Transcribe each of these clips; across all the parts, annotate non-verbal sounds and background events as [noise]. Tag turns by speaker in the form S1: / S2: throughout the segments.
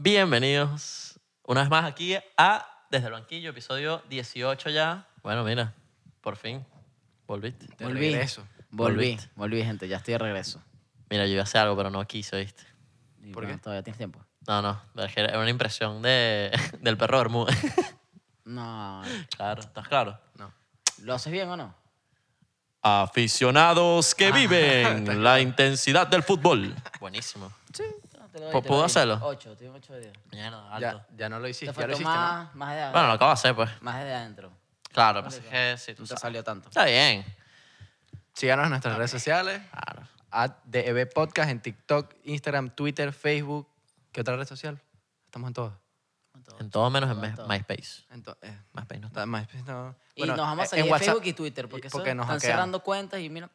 S1: Bienvenidos una vez más aquí a Desde el Banquillo, episodio 18 ya. Bueno, mira, por fin volviste.
S2: De regreso.
S3: Volví,
S1: Volviste.
S3: volví, gente, ya estoy de regreso.
S1: Mira, yo iba a hacer algo, pero no quise, ¿viste?
S3: Y
S2: ¿Por
S3: bueno,
S2: qué?
S3: ¿Todavía tienes tiempo?
S1: No, no, es que era una impresión de, [laughs] del perro Bermúdez. [laughs]
S3: No.
S1: Claro, ¿estás claro?
S2: No.
S3: ¿Lo haces bien o no?
S4: Aficionados
S1: Ah.
S4: que
S1: [laughs]
S4: viven la intensidad del fútbol.
S1: Buenísimo.
S3: No, te lo doy,
S1: ¿Pu-
S3: te lo
S1: puedo
S3: doy.
S1: hacerlo?
S3: Ocho, tengo ocho de diez.
S1: Mierda, alto.
S2: Ya, ya no lo
S3: Te
S2: hiciste, ya lo
S3: faltó
S2: hiciste, ¿no?
S3: más, más de adentro.
S1: Bueno, lo acabo de hacer, pues.
S3: Más de adentro.
S1: Claro, pues es que sí, tú
S3: No te
S1: sabes.
S3: salió tanto.
S1: Está bien.
S2: Síganos en nuestras redes sociales,
S1: Claro.
S2: at DEB Podcast en TikTok, Instagram, Twitter, Facebook. ¿Qué otra red social? Estamos en todas.
S1: En todo menos en
S3: todo.
S1: MySpace.
S2: En to- eh,
S1: MySpace no
S2: no
S1: está.
S2: está en MySpace, no.
S3: Y
S2: Bueno,
S3: nos vamos a
S2: eh,
S3: salir
S2: en
S3: de
S2: WhatsApp.
S3: Facebook y Twitter porque,
S2: Y-
S3: eso
S2: porque nos
S3: están
S2: hackean.
S3: cerrando cuentas y mira,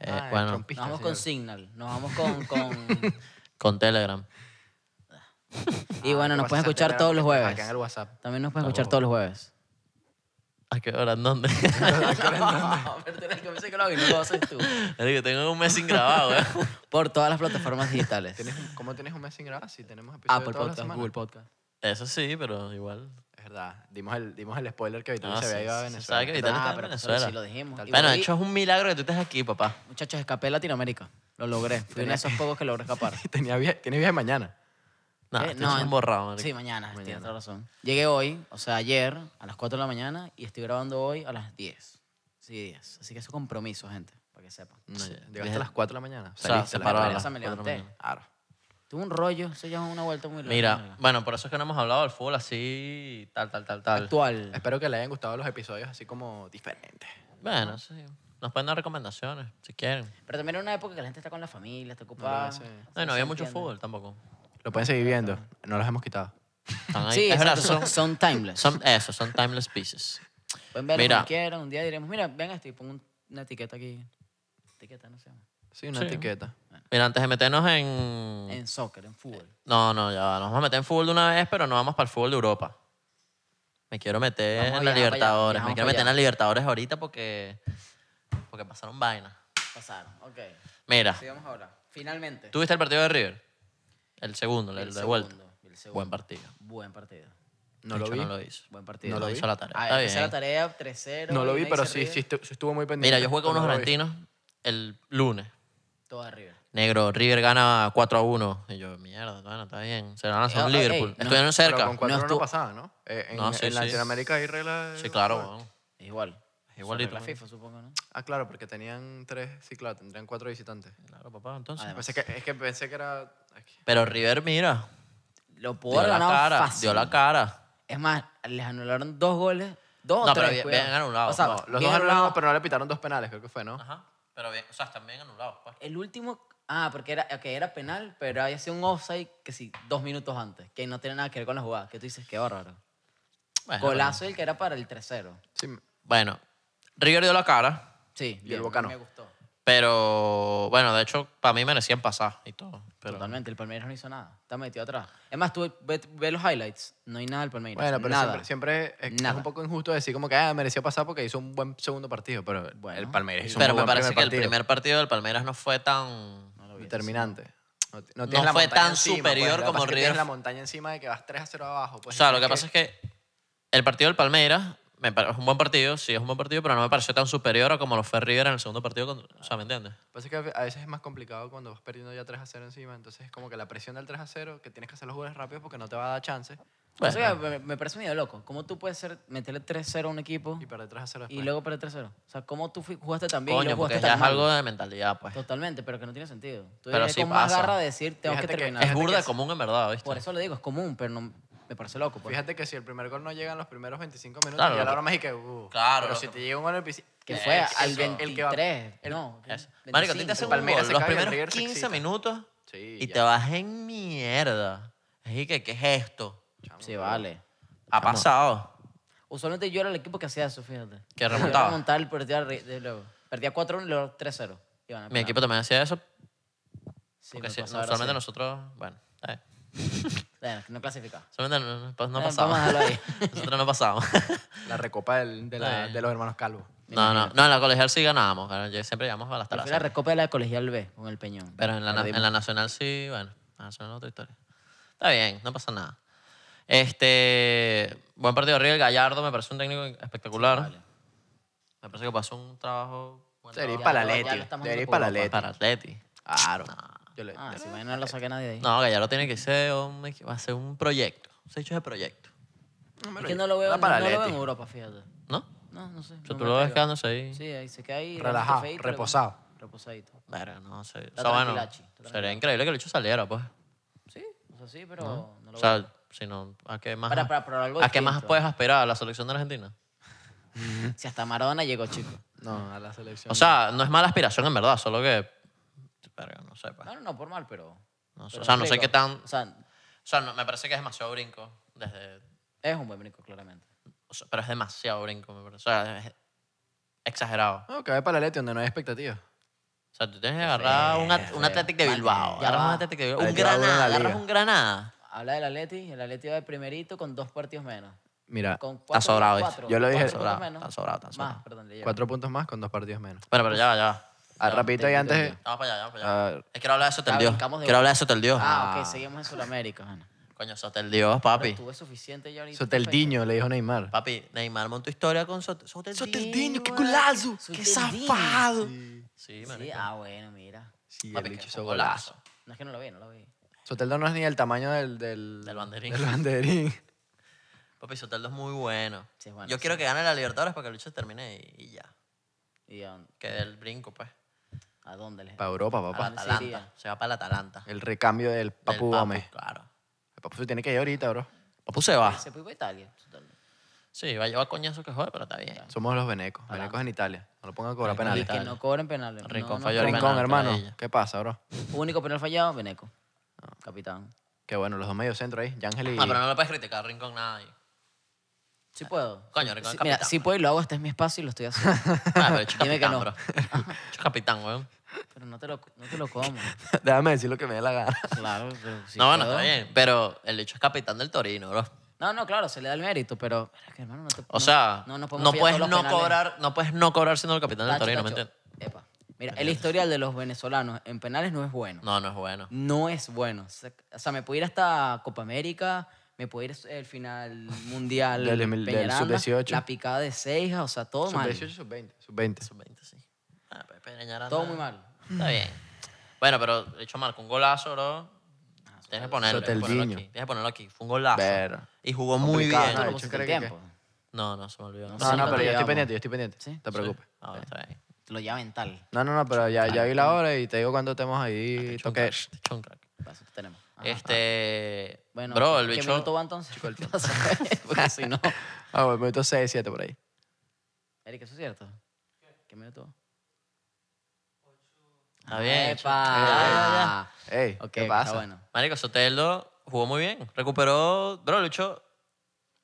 S1: Eh,
S2: Ah,
S1: bueno.
S2: trompista,
S3: nos vamos con
S2: señor.
S3: Signal, nos vamos
S2: [laughs]
S3: con... con-
S1: Con Telegram.
S3: y bueno, nos
S2: Vas a
S3: pueden escuchar
S2: sacar-
S3: todos los
S2: Hackean el
S3: jueves.
S2: WhatsApp.
S3: También nos pueden escuchar todos
S2: [laughs]
S3: los jueves.
S1: ¿A qué hora? ¿En dónde?
S3: [laughs] No, pero tú eres el que me dice que lo hago y no lo haces tú.
S1: Marico, tengo un mes sin grabar, güey.
S3: Por todas las plataformas digitales.
S2: ¿Tienes un- ¿Cómo tienes un mes sin grabar? Si tenemos episodios
S3: Apple
S2: todas las
S3: Podcast,
S2: semanas.
S3: Google Podcast.
S1: Eso sí, pero igual.
S2: Es verdad. Dimos el, dimos el spoiler que Vitali
S1: No,
S2: se había
S1: sí,
S2: ido a
S1: sí,
S2: Venezuela.
S1: sabe que
S2: [laughs]
S1: Vitali- Ahorita está en
S3: Ah, pero eso
S1: Venezuela.
S3: Sí, lo dijimos. Y
S1: Bueno, de
S3: volví.
S1: hecho es un milagro que tú estés aquí, papá.
S3: Muchachos, escapé de Latinoamérica. Lo logré. Fui uno de esos pocos que logré escapar.
S2: Tenía viaje, tiene viaje mañana.
S1: [laughs] No,
S3: Eh,
S1: estoy no,
S3: en-
S1: borrado, marico.
S3: Sí, mañana, tienes toda la razón. Llegué hoy, o sea, ayer, a las 4 de la mañana y estoy grabando hoy a las 10. Sí, 10. Así que eso es compromiso, gente, para que sepan.
S2: No,
S1: Sí,
S2: Llegaste
S1: viaje-
S2: a las 4 de la mañana.
S1: O sea,
S2: Saliste
S1: se
S2: a las
S1: paró a
S3: mañana,
S1: las
S3: o sea, me
S1: cuatro de la
S3: levanté.
S1: mañana.
S2: Claro.
S3: Tuve un rollo, eso ya es una vuelta muy larga.
S1: Mira, bueno, por eso es que no hemos hablado del fútbol así, tal, tal, tal, tal.
S3: actual.
S2: Espero que les hayan gustado los episodios así como diferentes.
S1: Bueno, sí. Nos pueden dar recomendaciones, si quieren.
S3: Pero también era una época que la gente está con la familia, está
S2: No lo
S3: ocupada.
S2: hace.
S1: No, y no había mucho
S3: entiende.
S1: fútbol tampoco.
S2: Lo pueden seguir viendo. No los hemos quitado.
S1: Están ahí.
S3: Sí,
S1: es verdad,
S3: exacto,
S1: son,
S3: son, son timeless.
S1: son eso, son timeless pieces.
S3: Pueden verlo
S1: Mira.
S3: cuando quieran. Un día diremos, mira, ven esto y pongo un- una etiqueta aquí. Etiqueta, no sé.
S2: Sí, una
S1: Sí.
S2: etiqueta.
S1: Mira, antes de meternos en...
S3: En soccer, en fútbol.
S1: No, no, ya va, Nos vamos a meter en fútbol de una vez, pero no vamos para el fútbol de Europa. Me quiero meter
S3: Vamos a
S1: en la
S3: viajar para allá,
S1: Libertadores.
S3: viajamos
S1: Me quiero
S3: para
S1: meter en
S3: allá.
S1: la Libertadores ahorita porque... Porque pasaron vainas.
S3: Pasaron, ok.
S1: Mira,
S3: Sigamos ahora. Finalmente.
S1: ¿tú viste el partido de River? El segundo, el,
S3: El
S1: de
S3: segundo,
S1: vuelta.
S3: el segundo.
S1: Buen partido.
S3: Buen partido.
S2: No
S1: De
S2: lo
S1: hecho,
S2: vi.
S1: No lo hizo.
S3: Buen partido.
S1: No lo
S2: vi.
S1: hizo la tarea.
S3: Ah,
S1: Está
S3: esa era
S1: bien.
S3: la tarea 3-0.
S2: No lo vi,
S3: United
S2: pero sí,
S3: arriba,
S2: sí estu- sí estuvo muy pendiente.
S1: Mira, yo jugué con
S2: No
S1: unos
S2: lo vi.
S1: argentinos el lunes.
S3: Todo arriba.
S1: Negro, River gana 4 a 1. Y yo, mierda, bueno, está bien. Se lo van a hacer
S3: Eh, ok,
S1: Liverpool.
S3: no.
S1: Estuvieron
S2: Pero
S1: cerca.
S2: con 4
S3: No
S2: no,
S3: estuvo-
S2: pasaba, ¿no? Eh, en
S1: No, sí,
S2: en
S1: sí.
S2: Latinoamérica hay reglas.
S1: Sí, claro, weón.
S3: Es igual.
S1: Es igualito,
S3: Sobre La
S1: ¿no?
S3: FIFA, supongo, ¿no?
S2: Ah, claro, porque tenían 3, sí, claro, tendrían 4 visitantes.
S1: Claro, papá, entonces.
S3: Además.
S2: Pensé que, es que pensé que era... aquí.
S1: Pero River, mira,
S3: Lo pudo
S1: dio
S3: haber
S1: la
S3: ganado
S1: cara.
S3: fácil.
S1: Dio la cara.
S3: Es más, les anularon dos goles. Dos
S1: No,
S3: o
S1: pero
S3: tres.
S1: bien-
S3: cuidado.
S1: bien anulado.
S3: O sea,
S1: No,
S2: Los
S3: bien
S2: dos
S3: anulado.
S2: anulados, pero no le pitaron dos penales, creo que fue, ¿no?
S1: Ajá. Pero bien, o sea, están bien anulados, pues.
S3: El último. Ah, porque era, ok, era penal, pero había sido un offside que sí, dos minutos antes, que no tiene nada que ver con la jugada. Que tú dices, qué bárbaro.
S1: Bueno,
S3: Golazo el que era para el 3-0.
S2: Sí,
S1: Bueno, River dio la cara.
S3: Sí,
S2: el
S3: bien,
S2: Bocano.
S3: Me gustó.
S1: Pero bueno, de hecho, para mí merecían pasar y todo. Pero
S3: Totalmente, el Palmeiras no hizo nada. Está metido atrás. Es más, tú ve, ve los highlights. No hay nada del Palmeiras.
S2: Bueno, pero
S3: nada.
S2: siempre, siempre es, es
S3: Nada.
S2: un poco injusto decir como que ah, mereció pasar porque hizo un buen segundo partido, pero
S3: Bueno.
S2: el Palmeiras hizo
S1: Pero
S2: un
S1: me
S2: buen
S1: parece que
S2: primer
S1: el
S2: partido.
S1: primer partido del Palmeiras no fue tan.
S3: No lo vi.
S2: determinante. No, ti- no
S1: No
S2: tienes la
S1: fue
S2: montaña
S1: tan
S2: encima,
S1: superior
S2: pues, lo que
S1: como
S2: pasa es que
S1: River.
S2: Tienes la montaña encima de que vas 3 a 0 abajo.
S1: O
S2: pues,
S1: sea,
S2: y
S1: lo que
S2: tienes
S1: pasa es que el partido del Palmeiras me pare- es un buen partido, sí es un buen partido, pero no me pareció tan superior a como lo fue River en el segundo partido. contra- o sea, ¿me entiendes?
S2: pasa es que a veces es más complicado cuando vas perdiendo ya 3 a 0 encima, entonces es como que la presión del 3 a 0, que tienes que hacer los goles rápidos porque no te va a dar chance
S3: O sea, me, me parece medio loco. ¿Cómo tú puedes ser, meterle 3-0 a un equipo
S2: y perder 3 a 0
S3: y,
S2: después.
S3: luego perder 3-0? O sea, ¿cómo tú fui- jugaste tan bien y
S1: pues, Coño,
S3: luego
S1: porque
S3: jugaste
S1: ya
S3: tan
S1: es
S3: mal?
S1: algo de mentalidad, pues.
S3: Totalmente, pero que no tiene sentido. Tú
S1: Pero
S3: deberías
S1: sí
S3: con más
S1: pasa.
S3: garra de decir, tengo que
S2: Fíjate que-
S3: terminar.
S1: Es burda
S2: que-
S1: común en verdad, ¿viste?
S3: Por eso lo digo, es común, pero no, me parece loco. pues.
S2: Fíjate que si el primer gol no llega en los primeros 25 minutos,
S1: Claro,
S2: ya
S1: lo
S2: la
S1: que-
S2: hora más y que... uh,
S1: Claro,
S2: Pero
S1: lo
S2: si
S1: que-
S2: te llega un gol en el pici-
S3: que
S2: Eh,
S3: fue
S2: eso,
S3: al
S2: el que va-
S3: 23. no,
S1: Eso.
S3: 25.
S1: Marico, a ti te hacen un
S2: Palmeiras
S1: gol
S2: se
S1: los
S2: caga y el
S1: primeros
S2: River se
S1: 15
S2: excita.
S1: minutos
S2: Sí,
S1: y
S2: ya.
S1: te vas en mierda. Así que, ¿qué es esto?
S3: Sí, vale.
S1: Ha pasado.
S3: Usualmente yo era el equipo que hacía eso, fíjate.
S1: Que
S3: Yo
S1: remontaba.
S3: remontaba y perdía, re- de luego. Perdía 4-1 y luego 3-0. Iban a
S1: Mi
S3: penal.
S1: equipo también hacía eso.
S3: pues, Sí,
S1: Porque
S3: me
S1: si-
S3: pasó ahora
S1: usualmente
S3: sí.
S1: nosotros, bueno, está bien.
S3: Bueno, no clasificaba.
S1: Usualmente no, no- no
S3: Eh,
S1: pasaba.
S3: vamos a dejarlo ahí.
S1: [laughs] nosotros no
S3: [laughs]
S1: pasábamos.
S2: La recopa del- de, la-
S1: Sí.
S2: de los hermanos Calvo.
S1: No, no, no, en la colegial sí ganábamos. claro, yo- Siempre llegamos a las
S3: Pero fue la Ah,
S1: tarazas.
S3: recopa de la de colegial B con el Peñón.
S1: Pero en la, na-
S3: Perdimos.
S1: en la nacional sí, bueno, la nacional es otra historia. Está bien, no pasa nada. Este, buen partido arriba. El Gallardo me parece un técnico espectacular. Me parece que pasó un trabajo buen
S2: Debería
S1: trabajo
S2: ir
S3: Ya,
S2: para
S3: ya
S2: la
S3: lo
S2: Leti.
S3: estamos
S2: Debería ir
S3: dando
S2: para la
S3: por
S2: Leti.
S1: para Atleti.
S2: Claro. Yo le-
S3: Ah, si mañana no lo saqué nadie de ahí.
S1: No, Gallardo tiene que ser un, equi- hacer un proyecto. Se ha hecho ese proyecto,
S2: me
S3: es que no lo veo,
S2: Va
S3: no,
S2: para
S3: no lo veo en
S2: Leti.
S3: Europa, fíjate.
S1: ¿no?
S3: No, no sé.
S1: O sea,
S3: no
S1: tú
S3: me
S1: lo ves
S3: pega.
S1: quedándose ahí.
S3: Sí, ahí se queda ahí.
S2: Relajado,
S3: feíto, pero-
S2: reposado.
S3: Reposadito.
S1: Verga, no sé. O sea, bueno,
S3: tranquilachi, está
S1: sería increíble que el hecho saliera, pues.
S3: Sí, o sea, sí, pero no, lo
S1: O
S3: veo.
S1: sea, si no, ¿a qué más,
S3: Para- para- para algo
S1: ¿a qué más
S3: distinto.
S1: puedes aspirar a la selección de Argentina?
S3: Si hasta Maradona llegó, chico.
S2: No, a la selección.
S1: O sea, no es mala aspiración en verdad, solo que. Verga, no sé, pues.
S3: No, no, no, por mal, pero...
S1: No sé,
S3: pero
S1: o sea, no sé
S3: explico.
S1: qué tan.
S3: O sea,
S1: O sea, no- me parece que es demasiado brinco. Desde,
S3: es un buen brinco, claramente.
S1: o sea, pero es demasiado brinco, me parece. O sea, es exagerado.
S2: No, que vaya Ah, para la Leti donde no hay expectativas.
S1: O sea, tú tienes que agarrar un, at- un Athletic de Bilbao.
S3: ya
S1: Agarras
S3: va.
S1: un Athletic de Bilbao. Un
S2: Athletic va a durar
S1: Granada.
S2: la
S1: Agarras
S2: liga.
S1: un Granada.
S3: Habla del Atleti, el Atleti va de primerito con dos partidos menos.
S2: Mira,
S3: Con cuatro,
S1: Está sobrado, ¿viste?
S3: cuatro,
S2: Yo lo dije-
S3: cuatro puntos
S1: Sobrado,
S3: menos.
S1: está sobrado, está
S3: Más,
S1: sobrado.
S3: perdón, le llevo.
S2: cuatro puntos más con dos partidos menos.
S1: Bueno, pero ya va, ya va.
S2: Ah, rapidito y antes... de-
S1: Vamos para allá, vamos para allá.
S2: Ah,
S1: Es que quiero hablar de Sotel
S3: Ya,
S1: Dios.
S3: brincamos de
S1: Quiero
S3: una.
S1: hablar de Sotel Dios.
S3: Ah, ok, seguimos en Sudamérica, Ana.
S1: Coño, Sotel Dios, papi.
S3: Tuve suficiente ya ahorita.
S2: Soteldiño, le dijo Neymar.
S1: Papi, Neymar montó historia con Sotel Soteldiño.
S2: Soteldiño, qué
S1: weón.
S2: golazo.
S3: Soteldiño.
S2: Qué zafado.
S1: Sí,
S3: Sí,
S1: marico.
S3: ah, bueno, mira.
S2: Sí,
S1: Papi,
S2: el
S1: que
S2: bicho
S1: fue
S2: hizo
S1: un
S2: golazo.
S1: golazo.
S3: No es que no lo vi, no lo vi.
S2: Soteldo no es ni el tamaño del... Del,
S1: Del banderín.
S2: Del banderín.
S1: Papi, Soteldo es muy bueno.
S3: Sí, es bueno,
S1: Yo
S3: sí.
S1: quiero que gane la Libertadores para que el bicho termine y, y ya.
S3: ¿Y a,
S1: Que dé el brinco, pues.
S3: a dónde le
S2: Para Europa,
S1: A la
S2: papá.
S3: dónde se
S1: Atalanta.
S3: iría?
S1: Se va para la Atalanta.
S2: El recambio del
S1: Ah, Del
S2: Papu Gómez.
S1: Claro.
S2: El Papu se tiene que ir ahorita, bro.
S1: Papu se va.
S3: Se fue para Italia. total.
S1: Sí, va a llevar coñazo que jode, pero está bien.
S2: Somos los venecos. Venecos en Italia. No lo pongan a cobrar penales.
S3: Y que no cobren penales. No,
S1: Rincón
S3: no
S1: falló el
S3: cobren.
S2: Rincón,
S1: penal,
S2: hermano.
S1: maravilla.
S2: ¿Qué pasa, bro?
S3: Único penal fallado, Beneco. Capitán.
S2: Qué bueno, los dos medios centro ahí. Yángel y...
S1: No, Ah, pero no lo puedes criticar, Rincón, nada. ahí.
S3: Sí puedo.
S1: Coño, Rincón
S3: Sí,
S1: es
S3: mira,
S1: capitán.
S3: sí puedo y lo hago, este es mi espacio y lo estoy haciendo.
S1: [laughs] Ah,
S3: [laughs]
S1: pero hecho
S3: Dime que
S1: capitán,
S3: no.
S1: bro. Hecho capitán, weón.
S3: pero no te lo, no te
S1: [laughs]
S3: lo como.
S2: [laughs] Déjame decir lo que me dé la gana.
S3: Claro, pero sí
S1: no, bueno,
S3: puedo.
S1: está bien. Pero el hecho es capitán del Torino, bro.
S3: No, no, claro, se le da el mérito, pero es que, hermano, no te
S1: O sea, no,
S3: podemos fallar
S1: puedes
S3: todos los
S1: no
S3: penales.
S1: cobrar, no puedes no cobrar siendo el capitán del
S3: Tacho,
S1: Torino, ¿me
S3: tacho.
S1: entiendes?
S3: Epa. Mira, el historial de los venezolanos en penales no es bueno.
S1: No, no es bueno.
S3: no es bueno. Se- O sea, me puedo ir hasta Copa América, me puedo ir
S1: [laughs]
S3: el final mundial
S2: Del- del
S3: Peñaranda,
S2: sub-18.
S3: la picada de Seijas, o sea, todo mal.
S2: Sub-18, sub-20. Sub-20.
S1: Sub 20, sí. Ah, pero Peñaranda-
S3: Todo muy mal.
S1: Está bien. Bueno, pero de hecho marcó un golazo,
S3: Ah,
S1: bro. Tienes que ponerlo, tienes que ponerlo
S2: Soteldiño.
S1: aquí. Tienes que ponerlo aquí. Fue un golazo.
S2: Ver.
S1: Y jugó muy
S2: Complicado,
S1: bien.
S2: ¿no? de
S3: Todo lo
S2: hecho,
S3: pusiste en
S2: creo que-
S3: tiempo.
S1: No, no, se me olvidó.
S2: No,
S3: Sí,
S2: no, pero
S3: no te
S2: yo estoy
S3: llegamos.
S2: pendiente, yo estoy pendiente.
S3: Sí,
S2: Te preocupes.
S1: Ah, está bien.
S3: Te lo lleva mental.
S2: No, no, no, pero ya, ya vi la hora y te digo cuando estemos ahí. Toque.
S1: Te echó un crack.
S3: Eso te tenemos. Ajá.
S1: Este.
S3: Bueno,
S1: Eh, bro, el
S3: ¿qué
S1: bicho.
S3: minuto va entonces? [laughs] Porque si
S1: [laughs]
S3: no...
S2: Ah, bueno, minuto 6, 7 por ahí.
S3: Eric, ¿eso es cierto? ¿Qué minuto va?
S1: Está bien. Eh,
S3: ¡Epa!
S2: Ey,
S3: Ok,
S2: Ah. ¿qué
S3: está
S2: pasa?
S3: bueno.
S1: Ah. Marico, Soteldo jugó muy bien. Recuperó. Bro, el bicho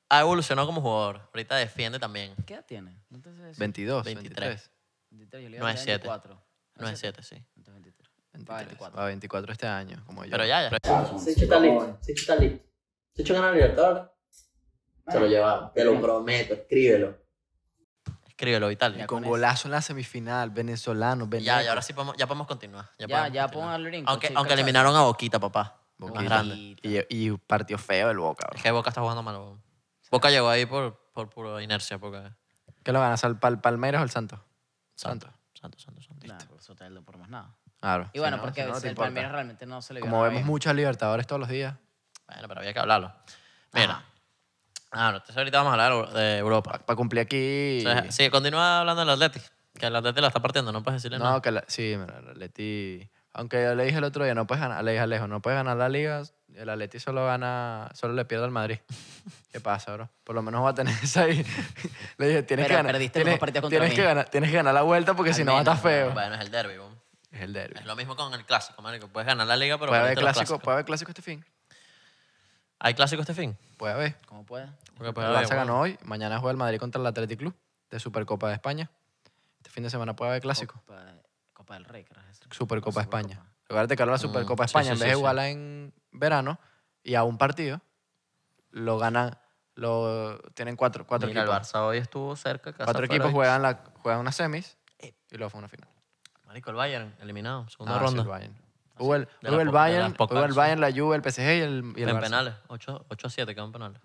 S1: ha evolucionado como jugador. Ahorita defiende también.
S3: ¿Qué edad tiene? No te sé decir.
S2: 22,
S1: 23.
S2: 23.
S3: 23, yo le
S1: No
S3: iba a
S1: es
S3: dar
S1: siete.
S3: 24.
S1: No es 7, sí.
S3: Entonces 23.
S2: 23. Va a 24 este año, como yo.
S1: Pero ya, ya.
S5: Se echó talento, se echó talento. Se echó ganar Libertadores. Se lo llevaba, te lo prometo, escríbelo.
S1: Escríbelo, Italia.
S2: Con golazo en la semifinal, venezolano,
S1: Ya,
S2: veneco.
S1: y ahora sí podemos, ya podemos continuar. Ya,
S3: Ya,
S1: podemos
S3: ya,
S1: continuar.
S3: pongan el brinco,
S1: Aunque,
S3: chicos,
S1: aunque
S3: ¿sabes?
S1: eliminaron a Boquita, papá.
S2: Boquita.
S1: Más grande.
S3: Boquita.
S2: Y, y partió feo el Boca, bro.
S1: Es que Boca está jugando mal. weón. Boca llegó ahí por, por pura inercia. Porque...
S2: ¿Qué lo ganas? ¿Al Pal- Palmeiras o al Santos?
S1: Santo. Santo, santo, santo.
S3: Nah, por Soteldo, por más nada.
S2: Claro.
S3: Y
S2: si
S3: bueno,
S2: no-
S3: porque
S2: si no, no te
S3: el
S2: importa.
S3: Palmeiras realmente no se le vio
S2: Como
S3: nada
S2: vemos
S3: bien.
S2: muchos Libertadores todos los días.
S1: Bueno, pero había que hablarlo. Mira. Ah, no, entonces ahorita vamos a hablar de Europa.
S2: Para cumplir aquí.
S1: Entonces, sí, continúa hablando del Atleti. Que el Atleti la está partiendo, no puedes decirle
S2: No,
S1: nada.
S2: que la, sí, mira, el Atleti. Aunque yo le dije el otro día, no puedes ganar, le dije a Alejo, no puedes ganar la liga, el Atleti solo gana, solo le pierde al Madrid.
S3: [laughs]
S2: ¿Qué pasa, bro? Por lo menos va a tener esa ahí. [laughs] Le dije, tienes que
S3: Pero
S2: ganar.
S3: perdiste los
S2: tienes,
S3: dos partidos contra
S2: tienes
S3: mí.
S2: que ganar, tienes que ganar la vuelta porque
S3: Al
S2: si no va a estar
S3: menos,
S2: feo.
S1: Bueno, es el derby. weón.
S2: Es el derbi.
S1: Es lo mismo con el clásico, marico. Puedes ganar la liga, pero
S2: Puede haber
S1: perdiste los
S2: clásico,
S1: clásicos.
S2: puede haber clásico este fin.
S1: ¿Hay clásico este fin?
S2: Puede haber.
S3: ¿Cómo puede?
S1: Porque puede
S2: El
S3: Ah,
S1: haber,
S2: Barça
S1: weón.
S2: ganó hoy, mañana juega el Madrid contra el Athletic Club de Supercopa de España. Este fin de semana puede haber clásico.
S3: Copa, de- Copa del Rey, creo que es.
S2: Supercopa de España. Acuérdate que ahora la Supercopa de
S1: Mm, sí,
S2: España,
S1: sí,
S2: en vez
S1: sí,
S2: de
S1: sí.
S2: jugarla en verano y a un partido, lo ganan, lo tienen cuatro, cuatro
S1: Mira, el
S2: equipos.
S1: Barça hoy estuvo cerca. que
S2: Cuatro
S1: hacer
S2: equipos
S1: fuera.
S2: juegan, la,
S1: Eh.
S2: juegan unas semis y luego fue una final.
S1: Marico, el Bayern eliminado, segunda
S2: Ah, sí,
S1: ronda.
S2: el Bayern. Hubo el,
S1: de
S2: hubo
S1: las po-
S2: el
S1: de
S2: Bayern,
S1: las pocas,
S2: hubo el
S1: sí.
S2: Bayern, la Juve, el PSG y el, y el
S1: en
S2: Barça.
S1: penales. 8 a 7 quedó en penales.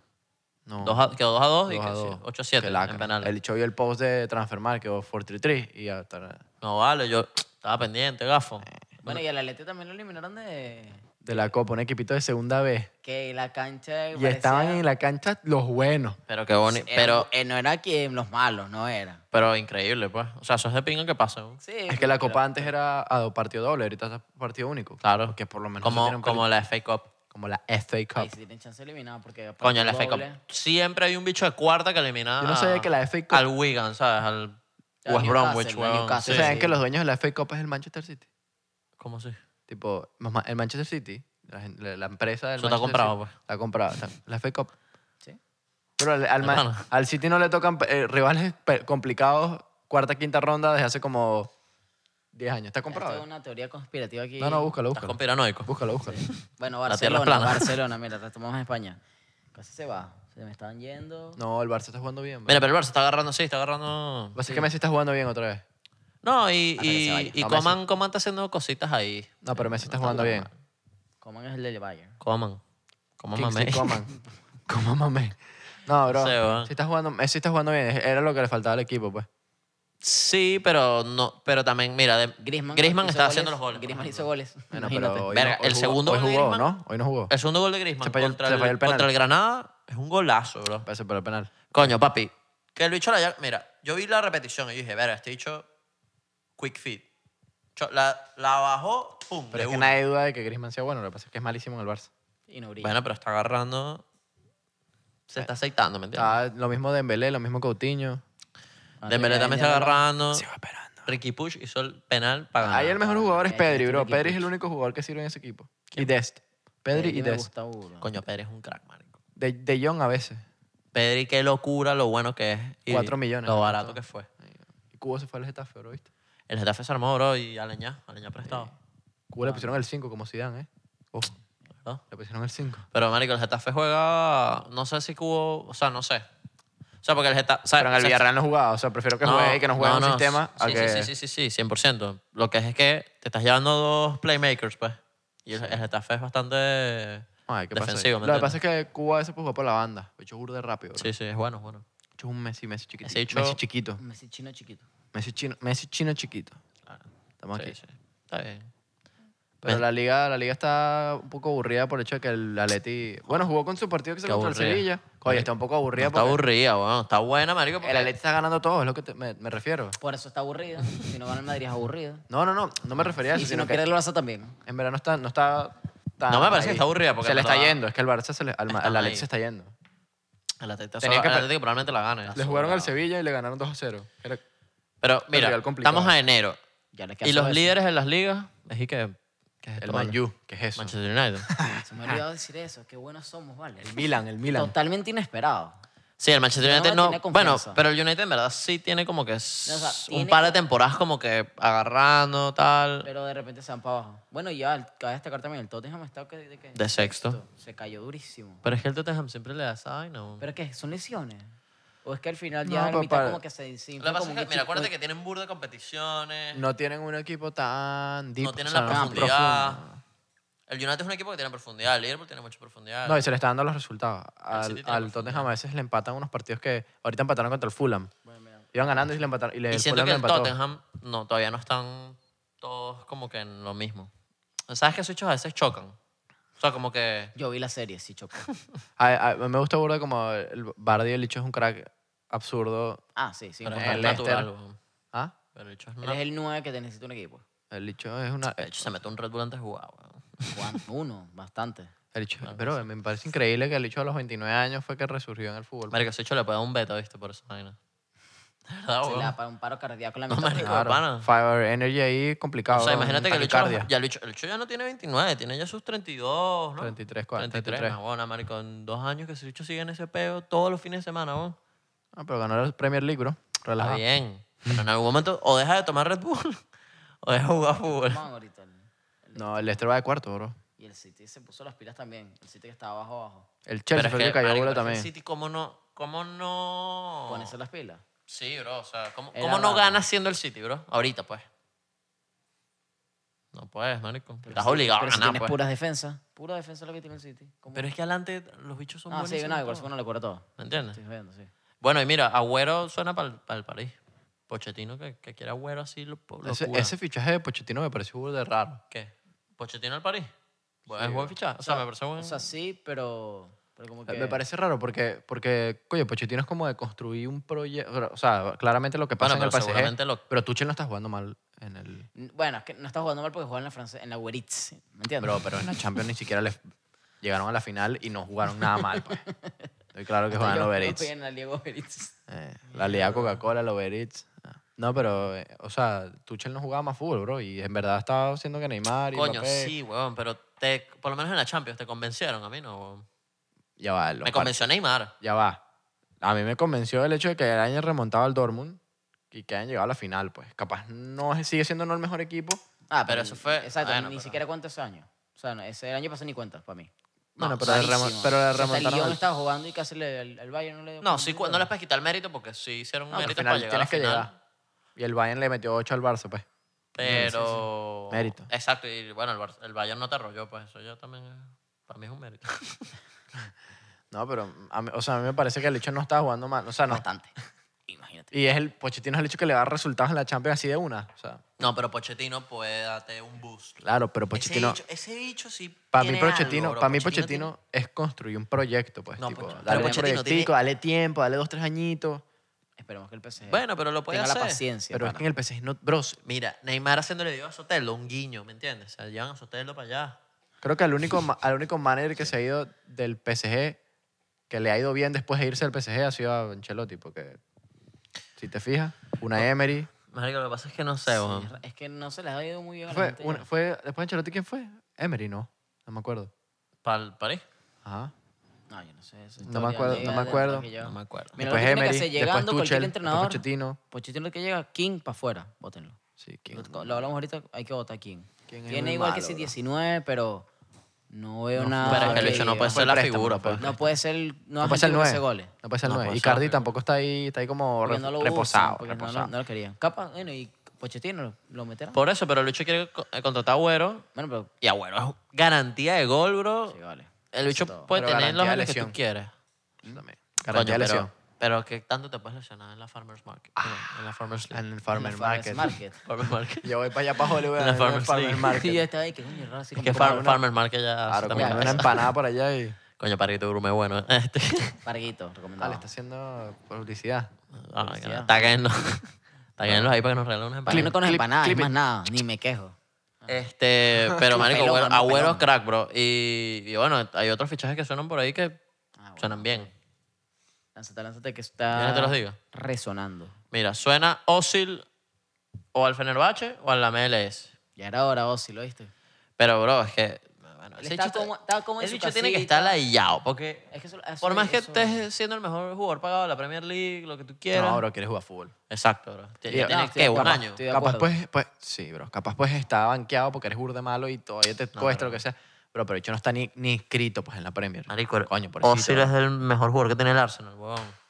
S2: No,
S1: Dos a- quedó 2 a 2 y
S2: dos a dos.
S1: 8 a
S2: Qué
S1: 7
S2: lacra.
S1: en penales.
S2: El show y el post de Transfermar quedó 4-3 y ya está.
S1: No vale, yo estaba pendiente, gafo.
S3: Bueno, y al Atleti también lo eliminaron de...
S2: De la Copa, un equipito de segunda vez.
S3: Que la cancha...
S2: Y
S3: parecía-
S2: estaban en la cancha los buenos.
S1: Pero qué bonito.
S3: Era-
S1: E, Pero,
S3: eh, no era que los malos, no era.
S1: pero increíble, pues. O sea, eso es de pinga que pasa. ¿no?
S3: Sí.
S2: Es que la Copa antes era a dos partidos dobles, ahorita es partido único.
S1: Claro.
S2: Que por lo menos se tiene
S1: Como,
S2: un
S1: como la FA Cup.
S2: peli- como la FA
S3: Ahí
S2: Cup.
S3: sí tienen chance de eliminar porque...
S1: Coño, la FA
S3: partido
S1: Cup.
S3: doble.
S1: Siempre hay un bicho de cuarta que elimina
S2: Yo no sabía
S1: a-
S2: que la FA Cup-
S1: Al Wigan, ¿sabes? Al
S3: Al
S1: West Bromwich,
S3: Newcastle, al
S1: weón.
S3: Newcastle,
S1: Sí.
S2: ¿Saben
S3: sí.
S2: que los dueños de la FA Cup es el Manchester City?
S1: ¿Cómo así?
S2: Tipo, mamá, el Manchester City, la, gen- la- la empresa del
S1: Eso está
S2: Manchester
S1: comprado,
S2: City,
S1: pues.
S2: Está comprado, está- la FA Cup.
S3: Sí.
S2: Pero al, al Ma-
S1: Hermano.
S2: al City no le tocan eh, rivales pe- complicados cuarta, quinta ronda desde hace como 10 años. ¿Está
S3: Esto
S2: comprado? eh.
S3: es una teoría conspirativa aquí.
S2: No, no, búscalo,
S1: Estás
S2: búscalo.
S1: con piranoico.
S2: Búscalo, búscalo.
S3: Bueno,
S1: La tierra
S3: Barcelona,
S1: es plana.
S3: Barcelona, mira, retomamos a España. Casi se va. Se me están yendo.
S2: No, el Barça está jugando bien. bro.
S1: Mira, pero el Barça está agarrando, sí, está agarrando.
S2: Lo que pasa es que Messi está jugando bien otra vez.
S1: No, y,
S3: Hasta que se
S1: y,
S3: vaya.
S1: y
S2: No,
S1: Coman, Coman está haciendo cositas ahí.
S2: No, pero Messi está jugando bien.
S3: Coman es el del Bayern.
S1: Coman. Coman
S2: Kingsley
S1: mamey.
S2: Coman. Coman mamé. No, bro.
S1: Sí, weón.
S2: Sí está jugando, Messi está jugando bien. Era lo que le faltaba al equipo, pues.
S1: [laughs] Sí, pero no, pero también, mira, de-
S3: Griezmann, hizo
S1: está haciendo los goles.
S3: Griezmann
S1: por
S3: hizo
S1: ejemplo.
S3: goles.
S2: Bueno,
S3: Imagínate.
S2: pero hoy
S1: Verga,
S2: hoy
S1: el
S2: jugó-
S1: segundo
S2: Hoy
S1: gol de
S2: jugó,
S1: Griezmann-
S2: ¿no? Hoy no jugó.
S1: El segundo gol de Griezmann
S2: Se falló el-
S1: contra,
S2: se
S1: el,
S2: falló el penal.
S1: contra el Granada es un golazo, bro.
S2: Pase por el penal.
S1: Coño, papi, que el bicho la haya- Mira, yo vi la repetición y dije, verga, este bicho, quick fit. Cho- La, la bajó, pum,
S2: Pero
S1: de
S2: es que
S1: una.
S2: nadie duda de que Griezmann sea bueno. Lo que pasa es que es malísimo en el Barça.
S3: Y no brilla.
S1: Bueno, pero está agarrando... Se está aceitando, ¿me entiendes?
S2: Ah, lo mismo Dembélé, lo mismo Coutinho.
S3: Ah,
S1: Dembélé
S3: ya-
S1: también
S3: ya
S1: está
S3: no-
S1: agarrando.
S2: esperando.
S1: Ricky Push hizo el penal para ganar.
S2: Ahí el mejor jugador es
S1: este
S3: Ya, ya
S2: Pedri,
S3: tiene
S2: bro.
S3: equipo.
S2: Pedri es el único jugador que sirve en ese equipo. Y Dest. Pedri y
S3: me
S2: Dest.
S3: gusta burda.
S1: Coño, Pedri es un crack, marico.
S2: De, de Jong a veces.
S1: Pedri, qué locura lo bueno que es. y
S2: Cuatro millones,
S1: Lo
S2: ¿no?
S1: barato que fue.
S2: Y Cubo se fue al Getafe, bro, ¿viste?
S1: El Getafe se armó, bro, y Aleñá, Aleñá prestado.
S2: Cubo le
S1: Ah.
S2: pusieron el 5 como Zidane, ¿eh? Ojo,
S1: ¿no?
S2: le pusieron el 5.
S1: Pero, marico, el Getafe juega... No sé si hubo... O sea, no sé. O sea, porque el Getafe... o sea,
S2: Pero en el
S1: se-
S2: Villarreal no jugaba. O sea, prefiero que juegue y que no juegue en un sistema a
S1: Sí,
S2: que...
S1: sí, sí, sí, sí, sí, 100%. Lo que es es que te estás llevando dos playmakers, pues. Y el, el Getafe es bastante
S2: Ay, ¿qué pasa ahí?
S1: defensivo, ¿me
S2: Lo que
S1: entiendes?
S2: pasa es que Cuba a veces pues, juega por la banda. De hecho, burde rápido, bro.
S1: Sí, sí, es bueno, es bueno.
S2: De hecho, es un Messi, Messi chiquito.
S1: Ese bicho-
S2: Messi chiquito.
S3: Un Messi chino chiquito.
S2: Messi chino, Messi chino chiquito. Estamos
S1: Sí,
S2: aquí.
S1: sí. Está bien.
S2: Pero la liga, la liga está un poco aburrida por el hecho de que el Atleti... Bueno, jugó con su partido que se
S1: Qué
S2: contra el
S1: aburrida.
S2: Sevilla. Oye, está un poco aburrida
S1: No está
S2: porque
S1: aburrida, weón. Está buena, marico.
S2: el
S1: porque-
S2: Atleti está ganando todo, es lo que te- me, me refiero.
S3: Por eso
S1: [laughs]
S3: está aburrido. si no gana el Madrid es aburrido.
S2: No, no, no, no me refería a
S3: Y
S2: eso,
S3: si
S2: sino
S3: no
S2: que
S3: pierde el Barça también.
S2: en verdad no está... No, está tan
S1: No me parece que
S2: ahí.
S1: está aburrida, porque
S2: Se le
S1: en
S2: está
S1: verdad-
S2: yendo, es que el Barça se le... al-
S1: Están
S2: Al Atleti
S1: ahí.
S2: se está yendo.
S1: El Atlético,
S2: Tenía que
S1: el
S2: per-
S1: Atlético probablemente la gane.
S2: Le jugaron al Sevilla y le ganaron 2 a 0. Era-
S1: Pero mira,
S2: rival complicado.
S1: estamos a enero.
S3: Ya le queda
S1: Y
S3: solo
S1: los
S3: eso.
S1: líderes de las ligas, es que, que es
S2: El
S1: esto,
S2: Man
S1: vale?
S2: U, ¿qué es eso?
S1: Manchester United.
S3: Se me ha olvidado decir eso. Qué buenos somos, vale.
S2: El Milan, el Milan.
S3: Totalmente inesperado.
S1: Sí, el Manchester
S3: Ya no
S1: United
S3: va a
S1: no.
S3: tener
S1: Bueno,
S3: confianza.
S1: pero el United en verdad sí tiene como que
S3: No, o sea,
S1: s- un
S3: tiene
S1: par de temporadas como que agarrando, tal.
S3: Pero de repente se van para abajo. Bueno, y ya, el- cabe destacar también. El Tottenham está que, de, que-
S1: De sexto.
S3: Se cayó durísimo.
S1: Pero es que el Tottenham siempre le da esa vaina. weón.
S3: ¿Pero qué? ¿Son lesiones? ¿O es que al final
S2: No,
S3: ya la
S2: pero
S3: mitad
S2: para-
S3: como que se desinfla?
S1: Lo que pasa
S3: como
S1: es
S3: un
S1: que, mira,
S3: equipo
S1: acuérdate que tienen burda de competiciones, no,
S2: No tienen un equipo tan deep.
S1: tienen
S2: o sea,
S1: la
S2: tan
S1: profundidad.
S2: profundo.
S1: El United es un equipo que tiene profundidad, el Liverpool tiene mucha profundidad.
S2: No, y se le están dando los resultados.
S1: City
S2: Al,
S1: tiene
S2: al
S1: profundidad.
S2: Tottenham a veces le empatan unos partidos que ahorita empataron contra el Fulham. Iban ganando y le empataron. Y, le,
S1: Y
S2: el
S1: siento
S2: Fulham
S1: que
S2: le
S1: el
S2: empató.
S1: Tottenham no, todavía no están todos como que en lo mismo. ¿Sabes que esos hechos a veces chocan? O sea, como que...
S3: Yo vi la serie, sí, chocó.
S2: A- a- me gusta burda como el Bardi el Licho es un crack absurdo.
S3: Ah, sí, sí.
S1: Pero
S3: no.
S1: es
S2: el
S1: natural,
S2: Leicester.
S1: weón.
S2: ¿Ah?
S1: Pero el hecho es
S3: Él es el 9 que te necesita un equipo.
S2: El Licho es una.
S1: De hecho, se mete un Red Bull antes de jugar, weón.
S3: Juan, uno, bastante.
S2: El Licho, pero me parece increíble que el Licho a los 29 años fue que resurgió en el fútbol.
S1: Marico, ese hecho le puede dar un beta, ¿viste? Por esa vaina. De verdad,
S3: Se le da
S1: weón.
S3: pa- un paro cardíaco en la
S1: Oh. No,
S3: mitad.
S1: marico,
S2: Claro,
S1: pana.
S2: Fire Energy ahí complicado.
S1: O sea,
S2: ¿no?
S1: imagínate que el hecho,
S2: Taquicardia.
S1: ya el, bicho- el bicho ya no tiene 29, tiene ya sus 32, ¿no?
S2: 33, cuatro,
S1: 33,
S2: 33.
S1: más, weón, marico. En dos años que ese bicho sigue en ese peo todos los fines de semana, weón.
S2: Ah, pero ganó el Premier League, bro.
S1: Está
S2: Relajado.
S1: bien. Pero en algún momento o deja de tomar Red Bull [laughs] o deja de jugar fútbol.
S3: Vamos ahorita. el-
S2: No, el Leicester va de cuarto, bro.
S3: Y el City se puso las pilas también. El City que estaba abajo, abajo.
S2: El
S1: Pero
S2: Chelsea
S1: es
S2: fue el que cayó
S1: marico, pero
S2: bola
S1: es que el
S2: también.
S1: City, ¿cómo no? ¿Cómo no?
S3: Ponerse las pilas.
S1: Sí, bro. O sea, ¿cómo,
S3: Era
S1: cómo no
S3: raro.
S1: gana siendo el City, bro? Ahorita, pues. No puedes, marico. Estás obligado
S3: Pero
S1: a
S3: si
S1: ganar,
S3: tienes
S1: pues.
S3: puras defensas. Pura defensa es lo que tiene el City. ¿Cómo?
S1: Pero es que adelante los bichos son
S3: ah,
S1: buenos.
S3: sí, no, igual uno le cura todo.
S1: ¿Me entiendes?
S3: Estoy viendo, sí.
S1: Bueno, y mira, Agüero suena para el, París. Pochetino que, que quiere Agüero así, lo, lo
S2: Ese,
S1: cura.
S2: ese fichaje de Pochettino me pareció burda de raro.
S1: ¿Qué? ¿Pochettino al París? Bu- es buen fichaje. O sea, me parece buen...
S3: O sea, sí, pero. Pero como que.
S2: Me parece raro porque, porque coño, Pochettino es como de construir un proyecto. O sea, claramente lo que pasa
S1: Bueno,
S2: en el
S1: pero
S2: PSG.
S1: seguramente lo-
S2: Pero Tuchel no está jugando mal en el.
S3: Bueno, es que no está jugando mal porque juega en la France, en la Gueritz. ¿Me entiendes?
S2: Bro, pero en la Champions ni siquiera les llegaron a la final y no jugaron nada
S1: [laughs]
S2: mal, pues. Estoy claro que juegan
S3: Yo
S2: los
S3: juego
S2: Berets.
S3: bien en la Liga Gueritz.
S2: Eh, la liga Coca-Cola, los Berets. Ah. No, pero, eh, o sea, Tuchel no jugaba más fútbol, bro. Y en verdad estaba haciendo que Neymar y
S1: Coño,
S2: Mbappé-
S1: sí, huevón, pero te, por lo menos en la Champions te convencieron a mí, ¿no? huevón?
S2: Ya va, los
S1: Me
S2: par-
S1: convenció Neymar.
S2: Ya va. A mí me convenció el hecho de que el año remontado al Dortmund y que hayan llegado a la final, pues. Capaz no es- sigue siendo no el mejor equipo.
S3: Ah,
S1: Pero eso fue-
S3: Exacto,
S1: bueno,
S3: ni
S1: pero-
S3: siquiera cuántos años. O sea, no, ese el año pasado ni cuentas para mí.
S2: Bueno, pero, le remo-
S3: Clarísimo.
S2: pero le
S3: O sea, hasta
S2: remontaron.
S3: El Lyon
S2: al-
S3: estaba jugando y casi le, el, el Bayern no le dio.
S1: No, sí, cu- no les puedes quitar mérito porque sí hicieron
S2: No, pero al
S1: mérito
S2: final
S1: para llegar a la
S2: tienes que
S1: final.
S2: llegar. Y el Bayern le metió 8 al Barça, pues.
S1: Pero.
S2: Mérito.
S1: Exacto, y bueno, el, Bar- el Bayern no te arrolló, pues eso ya también. es- Para mí es un mérito. [laughs]
S2: No, pero, a mí- o sea, a mí me parece que el hecho no estaba jugando mal. O sea, no.
S3: Bastante. [laughs] Imagínate.
S2: Y es el Pochettino es el hecho que le da resultados en la Champions así de una. O sea,
S1: No, pero Pochettino puede darte un boost.
S2: claro, pero Pochettino...
S1: Ese, bicho, ese bicho sí.
S2: Para mí,
S1: tiene
S2: Pochettino,
S1: algo, bro.
S2: para mí
S1: tiene-
S2: Pochettino es construir un proyecto, pues.
S1: No,
S2: tipo,
S1: pues, pero
S2: dale un
S1: Pochettino
S2: proyectico,
S1: tiene-
S2: dale tiempo, dale dos, tres añitos.
S3: Esperemos que el PSG.
S1: Bueno, pero lo puede
S3: tenga
S1: hacer.
S3: la paciencia.
S2: pero es
S3: pana.
S2: que en el PSG no... Bros,
S1: Mira, Neymar haciéndole dio a Sotelo un guiño, ¿me entiendes? O sea, llevan a Sotelo para allá.
S2: Creo que al único, ma- al único manager que se ha ido del PSG, que le ha ido bien después de irse al PSG, ha sido a Ancelotti, porque si te fijas, una Emery.
S1: Marico, lo que pasa es que no sé, weón.
S3: Sí, Es que no se les ha ido muy bien. a la
S2: Fue,
S3: gente ya.
S2: una- fue, después de Ancelotti, ¿quién fue? Emery, no. No me acuerdo.
S1: ¿Para el París?
S2: Ajá.
S3: No, yo no sé. eso es
S2: No me
S3: historia
S2: acuerdo,
S3: de-
S2: no me
S3: de- de-
S2: acuerdo.
S3: que yo-
S1: No me acuerdo.
S3: Mira, lo
S2: después
S3: que tiene que
S2: Emery,
S3: hacer,
S2: después
S3: llegando cualquier
S2: Tuchel,
S3: entrenador.
S2: después Pochettino.
S3: Pochettino que llega, King para afuera, bótenlo.
S2: Sí, ¿quién?
S3: Lo lo hablamos ahorita, hay que votar a King.
S2: King es
S3: Tiene
S2: muy
S3: igual que
S2: malo,
S3: si
S2: bro.
S3: 19, pero no veo nada.
S1: pero es que el
S3: que-
S1: bicho no puede
S2: Fue
S1: ser la
S2: préstamo,
S1: figura,
S2: no puede
S1: pues.
S2: ser.
S3: No puede ser, no
S2: No
S3: hace
S2: puede ser el 9.
S3: goles.
S2: No puede ser el
S1: No
S2: 9.
S1: puede
S2: Y
S1: ser,
S2: Cardi
S1: creo.
S2: tampoco está ahí, está ahí como
S3: eh, Porque
S2: re-
S3: no lo usan,
S2: reposado.
S3: porque no lo-
S2: reposado.
S3: No, lo querían. Capaz, bueno, y Pochettino lo, lo meterá.
S1: Por eso, pero Lucho quiere co- eh, contratar a Agüero.
S3: Bueno, pero
S1: Y Agüero es garantía de gol, bro.
S3: sí, vale.
S1: el bicho
S3: todo.
S1: puede
S2: Pero
S1: tener
S2: garantía
S1: los
S2: de
S1: años que tú
S2: lesión.
S1: quieres.
S2: Eso también. Garantía de
S1: Coño, pero-
S2: lesión.
S1: Pero, ¿qué tanto te puedes lesionar en la Farmer's Market? en la Farmer's League.
S2: En el Farmer
S3: Farmers
S2: Market.
S3: Market.
S1: [laughs] Farmer's Market.
S2: [laughs] Yo voy para allá para Hollywood.
S1: En
S2: En
S1: la
S2: el
S1: Farmers
S2: Farmer
S1: League.
S2: Market.
S3: [laughs] Sí, yo estaba ahí, que coño, raro, así
S1: Es
S3: como
S1: que
S3: como
S1: Far- Farmer's Market ya...
S2: Claro, como
S1: también
S2: una
S1: es- [laughs]
S2: empanada por allá
S3: [laughs]
S2: y...
S1: Coño, parito, grume bueno. Este. [laughs]
S3: Parguito,
S2: Ah,
S3: recomendado.
S2: le está haciendo publicidad.
S1: Ah, que no, [laughs] Taguenlo. Taguenlo ahí para que nos regalen unas
S3: Clip, no
S1: empanadas.
S3: con
S2: clip,
S3: empanadas, es
S2: clip
S3: más
S2: it.
S3: nada, ni me quejo. [laughs]
S1: Este, pero marico,
S3: pelón,
S1: Agüero,
S3: mano,
S1: Agüero es
S3: pelón.
S1: crack, bro. Y, y bueno, hay otros fichajes que suenan por ahí que
S3: Ah,
S1: suenan bien.
S3: Lánzate, lánzate, que está
S1: Ya no te los digo.
S3: resonando.
S1: Mira, suena Osil o al Fenerbahce o al la MLS.
S3: Ya era hora, Ozzy, ¿lo viste?
S1: Pero, bro, es que... Bueno,
S3: Él
S1: ese
S3: está
S1: bicho
S3: como- está como en
S1: ese
S3: su
S1: bicho tiene que
S3: casita.
S1: estar ladillado, porque...
S3: Es que eso- eso-
S1: Por más que
S3: eso-
S1: estés siendo el mejor jugador pagado de la Premier League, lo que tú quieras.
S2: No, bro, quieres jugar fútbol.
S1: Exacto, bro. Ya
S2: Ya,
S1: tienes,
S3: no,
S1: ¿qué?
S3: estoy
S1: Un
S3: capaz,
S1: año.
S3: estoy- de
S2: Capaz
S3: acuerdo.
S2: pues, pues, sí, bro. Capaz pues está banqueado porque eres burda malo y todavía te cuesta lo que sea. Bro, pero yo no está ni, ni inscrito pues en la Premier. Coño, por eso.
S1: Ozil es el mejor jugador que tiene el Arsenal, weón.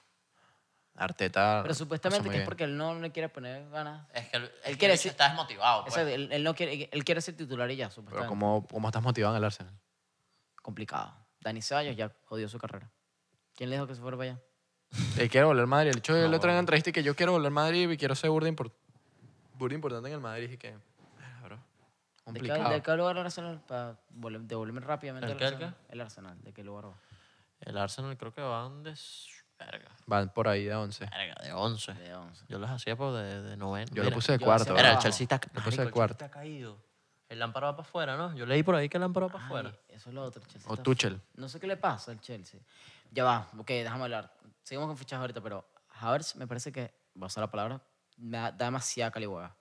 S2: Arteta.
S3: Pero supuestamente
S2: hace muy
S3: que es
S2: bien.
S3: porque él no le quiere poner ganas.
S1: Es que el- el
S3: quiere
S1: que
S3: decir-
S1: está desmotivado,
S3: O
S1: pues.
S3: sea, él, él no quiere, él quiere ser titular y ya,
S2: Pero
S3: supuestamente.
S2: ¿cómo, ¿cómo estás motivado en el Arsenal?
S3: Complicado. Dani Ceballos ya jodió su carrera. ¿Quién le dijo que se fuera para allá?
S2: Él quiere Eh, volver al Madrid. El hecho, yo le traigo en entrevista y que yo quiero volver al Madrid y quiero ser burda, impor- burda importante en el Madrid. Y que, ah, bro,
S3: ¿De qué, ¿De
S2: complicado.
S3: qué lugar al Arsenal? Para devolverme rápidamente
S1: ¿El
S3: al
S1: qué, el
S3: Arsenal. El Arsenal, ¿de qué lugar va?
S1: El Arsenal creo que van de... s- Verga,
S2: Van por ahí de 11.
S1: verga, de 11.
S3: De 11.
S1: Yo los hacía por de, de noveno.
S2: Yo lo
S1: Mira,
S2: puse de
S3: yo
S2: cuarto,
S3: hacía
S2: bro.
S1: Mira, el
S3: abajo.
S1: Chelsea está,
S2: puse
S1: marico, el
S2: de
S1: Chelsea
S2: cuarto.
S1: está caído. El lámpara va para afuera, ¿no? Yo leí por ahí que el lámpara va para afuera.
S3: Ay, eso es lo otro. el Chelsea
S2: O
S3: está-
S2: Tuchel.
S3: No sé qué le pasa al Chelsea. Ya va, ok, déjame hablar. Seguimos con fichajes ahorita, pero Havertz me parece que, voy a usar la palabra, me da, da demasiada calihueva.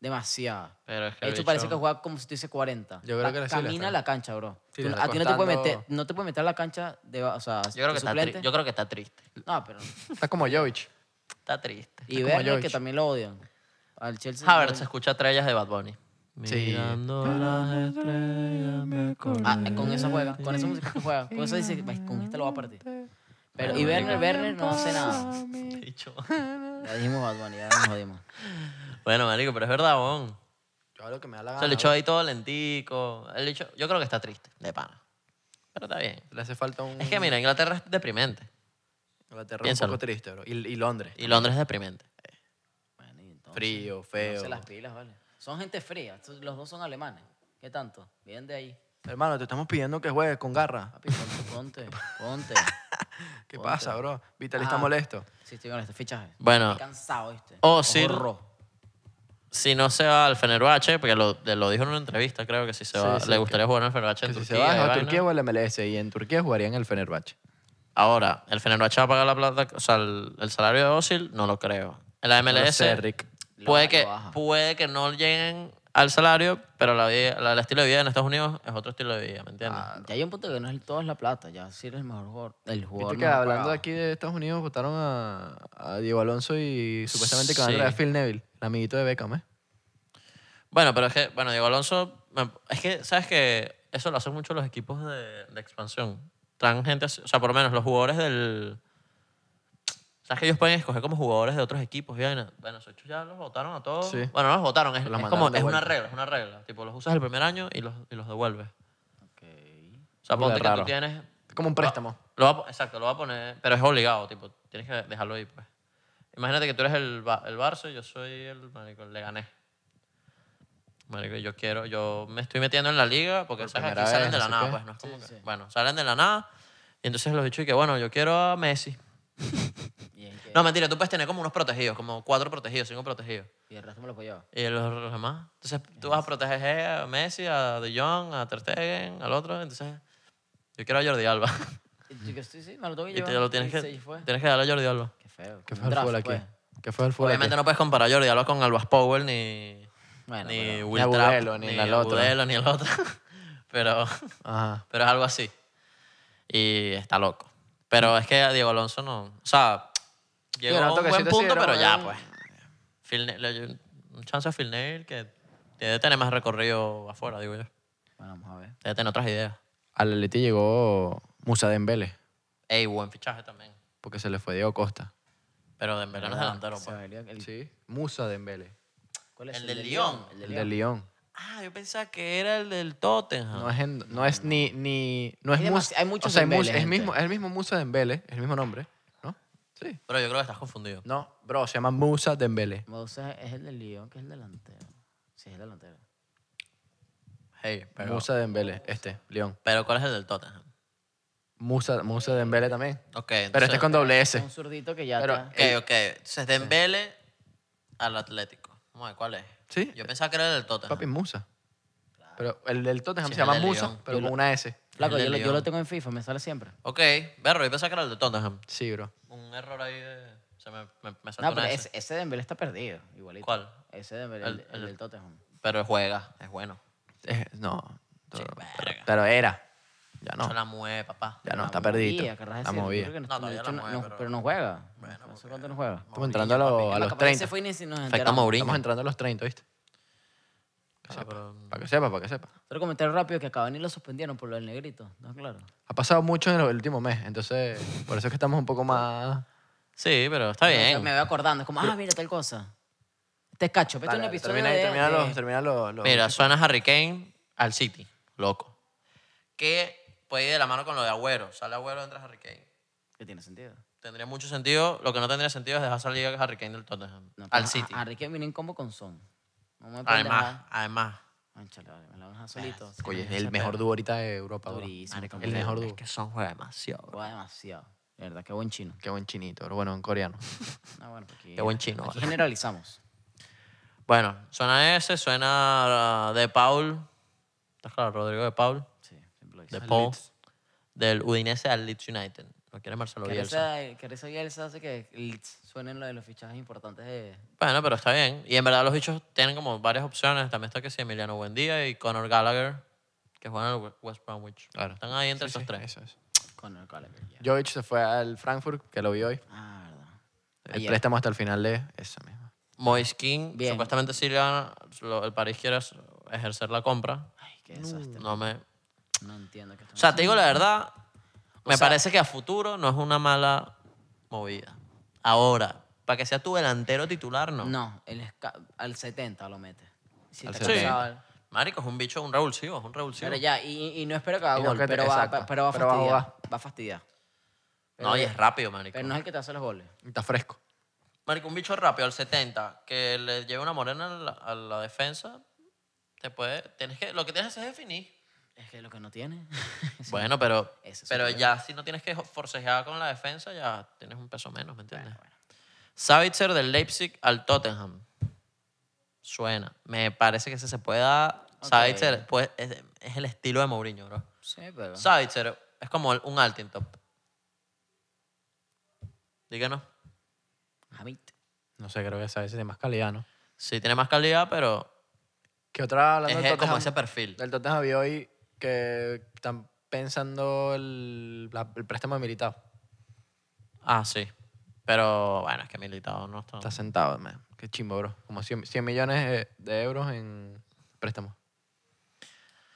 S3: Demasiada.
S1: Pero es que
S3: De
S1: el
S3: hecho, parece que
S1: bicho-
S3: juega como si tuviese 40.
S2: Yo creo
S3: La-
S2: que le- sí, le
S3: Camina
S2: está.
S3: la cancha, bro.
S2: Sí,
S3: Tú-
S2: le
S3: a
S2: está
S3: ti no te, puede
S2: costando-
S3: meter, no te puede meter a la cancha de, o sea,
S1: Yo creo, que
S3: de
S1: está tri-
S3: suplente.
S1: yo creo que está triste.
S2: [laughs]
S3: No, pero...
S2: Está como Jovic.
S1: Está triste.
S3: Y
S2: como
S3: Werner, que
S2: Jovic.
S3: también lo odian. Al Chelsea...
S1: Havertz escucha estrellas de Bad Bunny.
S2: Sí. [laughs]
S1: Mirando las estrellas me
S3: Ah, con esa juega, con esa música que juega. Con eso dice, "Ay, con esta lo va a partir. Pero, y Werner, Werner no hace nada.
S1: bicho.
S3: Ya dijimos Bad Bunny, ya nos jodimos.
S1: Bueno, marico, pero es verdad, weón.
S2: Yo hago lo que me da la
S1: O
S2: gana.
S1: sea, el hecho
S2: güey.
S1: ahí todo lentico. El hecho, yo creo que está triste, de pana. Pero está bien.
S2: Le hace falta un...
S1: Es que mira, Inglaterra es deprimente.
S2: Inglaterra es un
S1: piénsalo.
S2: poco triste, bro. Y, y Londres.
S1: Y Londres es deprimente.
S3: Bueno, y entonces,
S2: Frío,
S3: pónganse
S2: feo.
S3: las pilas, vale. Son gente fría. estos- Los dos son alemanes. ¿Qué tanto? Vienen de ahí.
S2: Hermano, te estamos pidiendo que juegues con garra.
S3: Papi, ponte, ponte,
S1: [laughs]
S3: ponte.
S2: ¿Qué pasa, bro? Vitaly está
S3: Ajá.
S2: molesto.
S3: Sí, estoy con este fichaje.
S1: Bueno,
S3: Estoy cansado, ¿viste?
S1: Ozil.
S3: Horror.
S1: si no se va al Fenerbahce, porque lo, de- lo dijo en una entrevista, creo que si se va,
S2: sí,
S1: le
S2: que-
S1: gustaría jugar en el Fenerbahce en
S2: Que si
S1: Turquía.
S2: se
S1: y
S2: baja a
S1: vaina.
S2: Turquía o al MLS. Y en Turquía jugaría en el Fenerbahce.
S1: Ahora, ¿el Fenerbahce va a pagar la plata, o sea, el, el salario de Osil? No lo creo. En la
S2: No lo
S1: MLS
S2: sé, Rick.
S1: puede,
S3: Lo-
S1: que,
S3: lo baja.
S1: puede que no lleguen al salario, pero la vida- la- el estilo de vida en Estados Unidos es otro estilo de vida, ¿me
S2: Ah,
S1: entiendes?
S3: Ya hay un punto que no es todo es la plata. Ya sí eres el mejor jugador. El jugador
S2: Viste que
S3: mejor
S2: hablando
S3: pagado.
S2: aquí de Estados Unidos votaron a, a Diego Alonso y supuestamente que van a traer a
S1: Sí.
S2: Phil Neville, el amiguito de Beckham, ¿eh?
S1: Bueno, pero es que, bueno, Diego Alonso, me- es que, ¿sabes que Eso lo hacen mucho los equipos de, de expansión. Traen gente, así- o sea, por lo menos los jugadores del... ¿Sabes que ellos pueden escoger como jugadores de otros equipos? y vaina? Bueno, esos chicos ya los votaron a todos.
S2: Sí.
S1: Bueno, no los votaron, es,
S2: Los
S1: es como,
S2: mandaron de
S1: es una
S2: vuelta.
S1: regla, es una regla. Tipo, los usas el primer año y los, y los devuelves.
S3: Ok.
S1: O sea,
S2: Burda
S1: ponte que
S2: raro.
S1: tú tienes...
S2: Es
S3: Ah.
S2: como un préstamo.
S1: Lo va a po- exacto, lo va a poner, pero es obligado, tipo, tienes que dejarlo ahí, pues. Imagínate que tú eres el, Ba- el Barça y yo soy el, marico, el Leganés. Marico, yo quiero, yo me estoy metiendo en la liga porque,
S2: Por
S1: ¿sabes? Aquí
S2: primera
S1: salen
S2: vez,
S1: de la
S2: no sé
S1: nada,
S2: qué.
S1: pues, no es como
S3: Sí,
S1: que-
S3: sí.
S1: bueno, salen de la nada y entonces los bichos y que, bueno, yo quiero a Messi.
S3: Y, es que-
S1: No, mentira, tú puedes tener como unos protegidos, como cuatro protegidos, cinco protegidos.
S3: y el resto me lo puedo llevar.
S1: Y los, los demás. Entonces tú vas a proteger a Messi, a De Jong, a Ter Stegen, al otro. Entonces yo quiero a Jordi Alba.
S3: Y yo que sí, sí, me lo tengo
S1: [laughs]
S3: que
S1: y
S3: llevar.
S1: te lo tienes
S3: Y pues. se
S1: que,
S3: fue.
S1: tienes que darle a Jordi Alba.
S3: Qué feo.
S2: ¿Qué fue
S3: como un
S2: el
S3: draft,
S2: fútbol aquí?
S3: pues.
S2: ¿Qué fue el fútbol
S1: Obviamente
S2: aquí?
S1: no puedes comparar a Jordi Alba con Albas Powell ni,
S3: Bueno,
S1: ni
S3: pero-
S1: Will
S2: Ni a
S1: Trapp,
S2: Budelo, ni al
S1: a
S2: otro.
S1: Budelo, ni el otro. [laughs] pero,
S2: Ajá.
S1: pero es algo así. Y está loco. Pero es que a Diego Alonso no... O sea, llegó
S2: era
S1: a un buen
S2: toquecito, sí,
S1: punto,
S2: era
S1: pero ya,
S2: un-
S1: pues. Phil Ne- le dio un chance a Phil Neville que debe tener más recorrido afuera, digo yo.
S3: Bueno, vamos a ver.
S1: Debe tener otras ideas.
S2: Al Atleti llegó Musa Dembele,
S1: Ey, buen fichaje también.
S2: porque se le fue Diego Costa.
S1: Pero de verano es delantero,
S3: Se
S1: pues.
S3: valió el-
S2: Sí, Musa Dembele,
S3: ¿cuál es
S1: El del Lyon.
S3: El del
S2: el
S3: Lyon.
S2: del Lyon.
S1: Ah, yo pensaba que era el del Tottenham.
S2: No es, en- no es ni, ni... No es
S3: Ah. Hay
S2: Musa.
S3: demasi- hay muchos
S2: o sea, hay
S3: Dembele,
S2: Musa- es,
S3: gente.
S2: mismo, es el mismo Musa Dembele, es el mismo nombre, ¿no? Sí.
S1: Pero yo creo que estás confundido.
S2: No, bro, se llama Musa Dembele.
S3: Moses es el del Lyon, que es el delantero. Sí, es el delantero.
S1: Hey, pero,
S2: Musa Dembele, este, León.
S1: pero ¿cuál es el del Tottenham?
S2: Musa, Musa Dembele también.
S1: Ok,
S2: Pero
S1: entonces-
S2: este es con doble S.
S3: Un zurdito que ya
S2: Pero-
S3: está.
S1: Ok, ok. Entonces, Dembele al Atlético. Vamos a ver, ¿cuál es?
S2: Sí.
S1: Yo pensaba que era el del Tottenham.
S2: Papi, Musa. Pero el del Tottenham
S1: Sí,
S2: se
S1: el
S2: llama
S1: del
S2: Musa,
S1: Lyon.
S2: pero
S3: Yo
S2: con
S3: lo-
S2: una S.
S3: Flaco,
S1: el
S3: yo,
S1: del
S3: lo- yo
S1: Lyon.
S3: lo tengo en FIFA, me sale siempre.
S1: Ok, Berro, yo pensaba que era el del Tottenham.
S2: Sí, bro.
S1: Un error ahí de... Se me, me, me saltó
S3: No, pero
S1: una
S3: ese,
S1: S.
S3: ese Dembélé está perdido, igualito.
S1: ¿Cuál?
S3: Ese Dembélé,
S1: El-
S3: el,
S1: el-
S3: el del Tottenham.
S1: Pero juega, es bueno.
S2: Eh, no. Pero,
S1: verga.
S2: pero era. Ya no.
S1: Se la mueve, papá.
S2: Ya Ah, no,
S3: La
S2: está perdido.
S3: movía, querrás
S2: La
S3: decir, yo
S2: movía.
S3: creo que
S2: Estamos
S3: no-
S1: No, todavía
S3: de hecho,
S1: la
S3: no-
S1: mueve,
S3: no-
S1: pero-
S3: pero no juega. no sé cuánto no juega.
S2: entrando a, los- a los
S3: Capaz que se
S2: 30.
S3: fue y ni si nos
S1: Afecta a
S3: enteramos.
S1: Mourinho.
S2: Estamos entrando a los 30, ¿viste?
S1: Ah, pero-
S2: Para que sepa, para que sepa.
S3: Otro comentario rápido que a Cavani lo suspendieron por lo del negrito. No, claro.
S2: Ha pasado mucho en el último mes, entonces por eso es que estamos un poco más...
S1: Sí, pero está bien.
S3: Me voy acordando. Es como, ah, mira tal cosa. Te cacho. este Vete a un
S2: Dale,
S3: episodio
S2: termina,
S3: de...
S2: termina
S3: de-
S2: los, termina los, los-
S1: Mira, suena Harry Kane al City, loco. Que puede ir de la mano con lo de Agüero. Sale Agüero, entra Harry Kane.
S3: Que tiene sentido.
S1: Tendría mucho sentido. Lo que no tendría sentido es dejar salir a Harry Kane del Tottenham.
S3: No, pero
S1: al
S3: a-
S1: City.
S3: A, a Riquelme viene en combo con Son. No me pueden
S1: Además,
S3: dejar-
S1: además.
S3: Cónchale, vale, me la van a dejar solito.
S2: Oye, es el mejor dúo ahorita de Europa, bro.
S3: Durísimo,
S2: El
S3: campeón.
S2: mejor dúo.
S1: Es que son juega demasiado. bro.
S3: Juega demasiado. De verdad, qué buen chino.
S2: Qué buen chinito, bro. Bueno, en coreano.
S3: Ah, bueno, pues aquí-
S1: Qué buen chino.
S3: aquí
S1: vale.
S3: generalizamos.
S1: Bueno, suena ese, suena uh, de Paul. ¿Estás claro? Rodrigo de Paul.
S3: Sí,
S1: [laughs]
S3: siempre lo dice.
S1: De Paul. Del Udinese al Leeds United. ¿No quiere Marcelo
S3: Que
S1: Bielsa?
S3: reza- Que reza Bielsa hace que Leeds suenen lo de los fichajes importantes de...
S1: Bueno, pero está bien. Y en verdad los bichos tienen como varias opciones. También está que sí, Emiliano Buendía y Conor Gallagher, que juegan al West Bromwich.
S2: Claro.
S1: Están ahí entre
S2: Sí,
S1: esos
S2: sí,
S1: tres.
S2: Eso es.
S3: Con el Gallagher. ya.
S2: Jovic se fue al Frankfurt, que lo vi hoy.
S3: Ah, verdad.
S2: El
S3: Ayer.
S2: préstamo hasta el final de esa misma.
S1: Moise Kean,
S3: Bien.
S1: supuestamente sí le van a- lo- el París quiere ejercer la compra.
S3: Ay, qué desastre.
S1: No me...
S3: No entiendo qué
S1: O
S3: están
S1: sea, te digo la verdad, me parece que a futuro no es una mala movida. Ahora, para que sea tu delantero titular, no.
S3: No, el esca- al 70 lo mete. Sí, está
S2: Alcete.
S1: Sí.
S3: cansado.
S1: Marico, es un bicho, un revulsivo, es un revulsivo.
S3: Pero ya, y, y no espero que haga
S2: Y no
S3: gol,
S2: que te-
S3: pero, va,
S2: exacto,
S3: pero va a
S2: pero va a
S3: fastidiar.
S2: jugar.
S3: va a fastidiar.
S1: no, y es rápido, marico.
S3: Pero no es el que te hace los goles.
S2: Está fresco.
S1: Marico, un bicho rápido al 70 que le lleve una morena a la, a la defensa, te puede, tienes que, lo que tienes que hacer es definir.
S3: Es que lo que no tiene.
S1: Bueno, pero,
S3: [laughs] Ese es
S1: pero
S3: otro
S1: ya si no tienes que forcejear con la defensa, ya tienes un peso menos, ¿me entiendes? Savitzer del Leipzig al Tottenham. Suena. Me parece que ese se puede dar.
S3: Ok.
S1: Savitzer pues, es, es el estilo de Mourinho, bro.
S3: Sí, pero.
S1: Savitzer es como el- un Altintop. Díganos.
S3: Hamid.
S2: No sé, creo que esa vez tiene más calidad, ¿no?
S1: Sí, tiene más calidad, pero
S2: ¿Qué otra hablando
S1: es
S2: del
S1: eh, como
S2: Tottenham?
S1: ese perfil.
S2: Del Tottenham vi hoy que están pensando el, la- el préstamo de Militao.
S1: Ah, sí. Pero bueno, es que militado no está.
S2: Está sentado, man. Qué chimbo, bro. Como 100, 100 millones de, de euros en préstamo.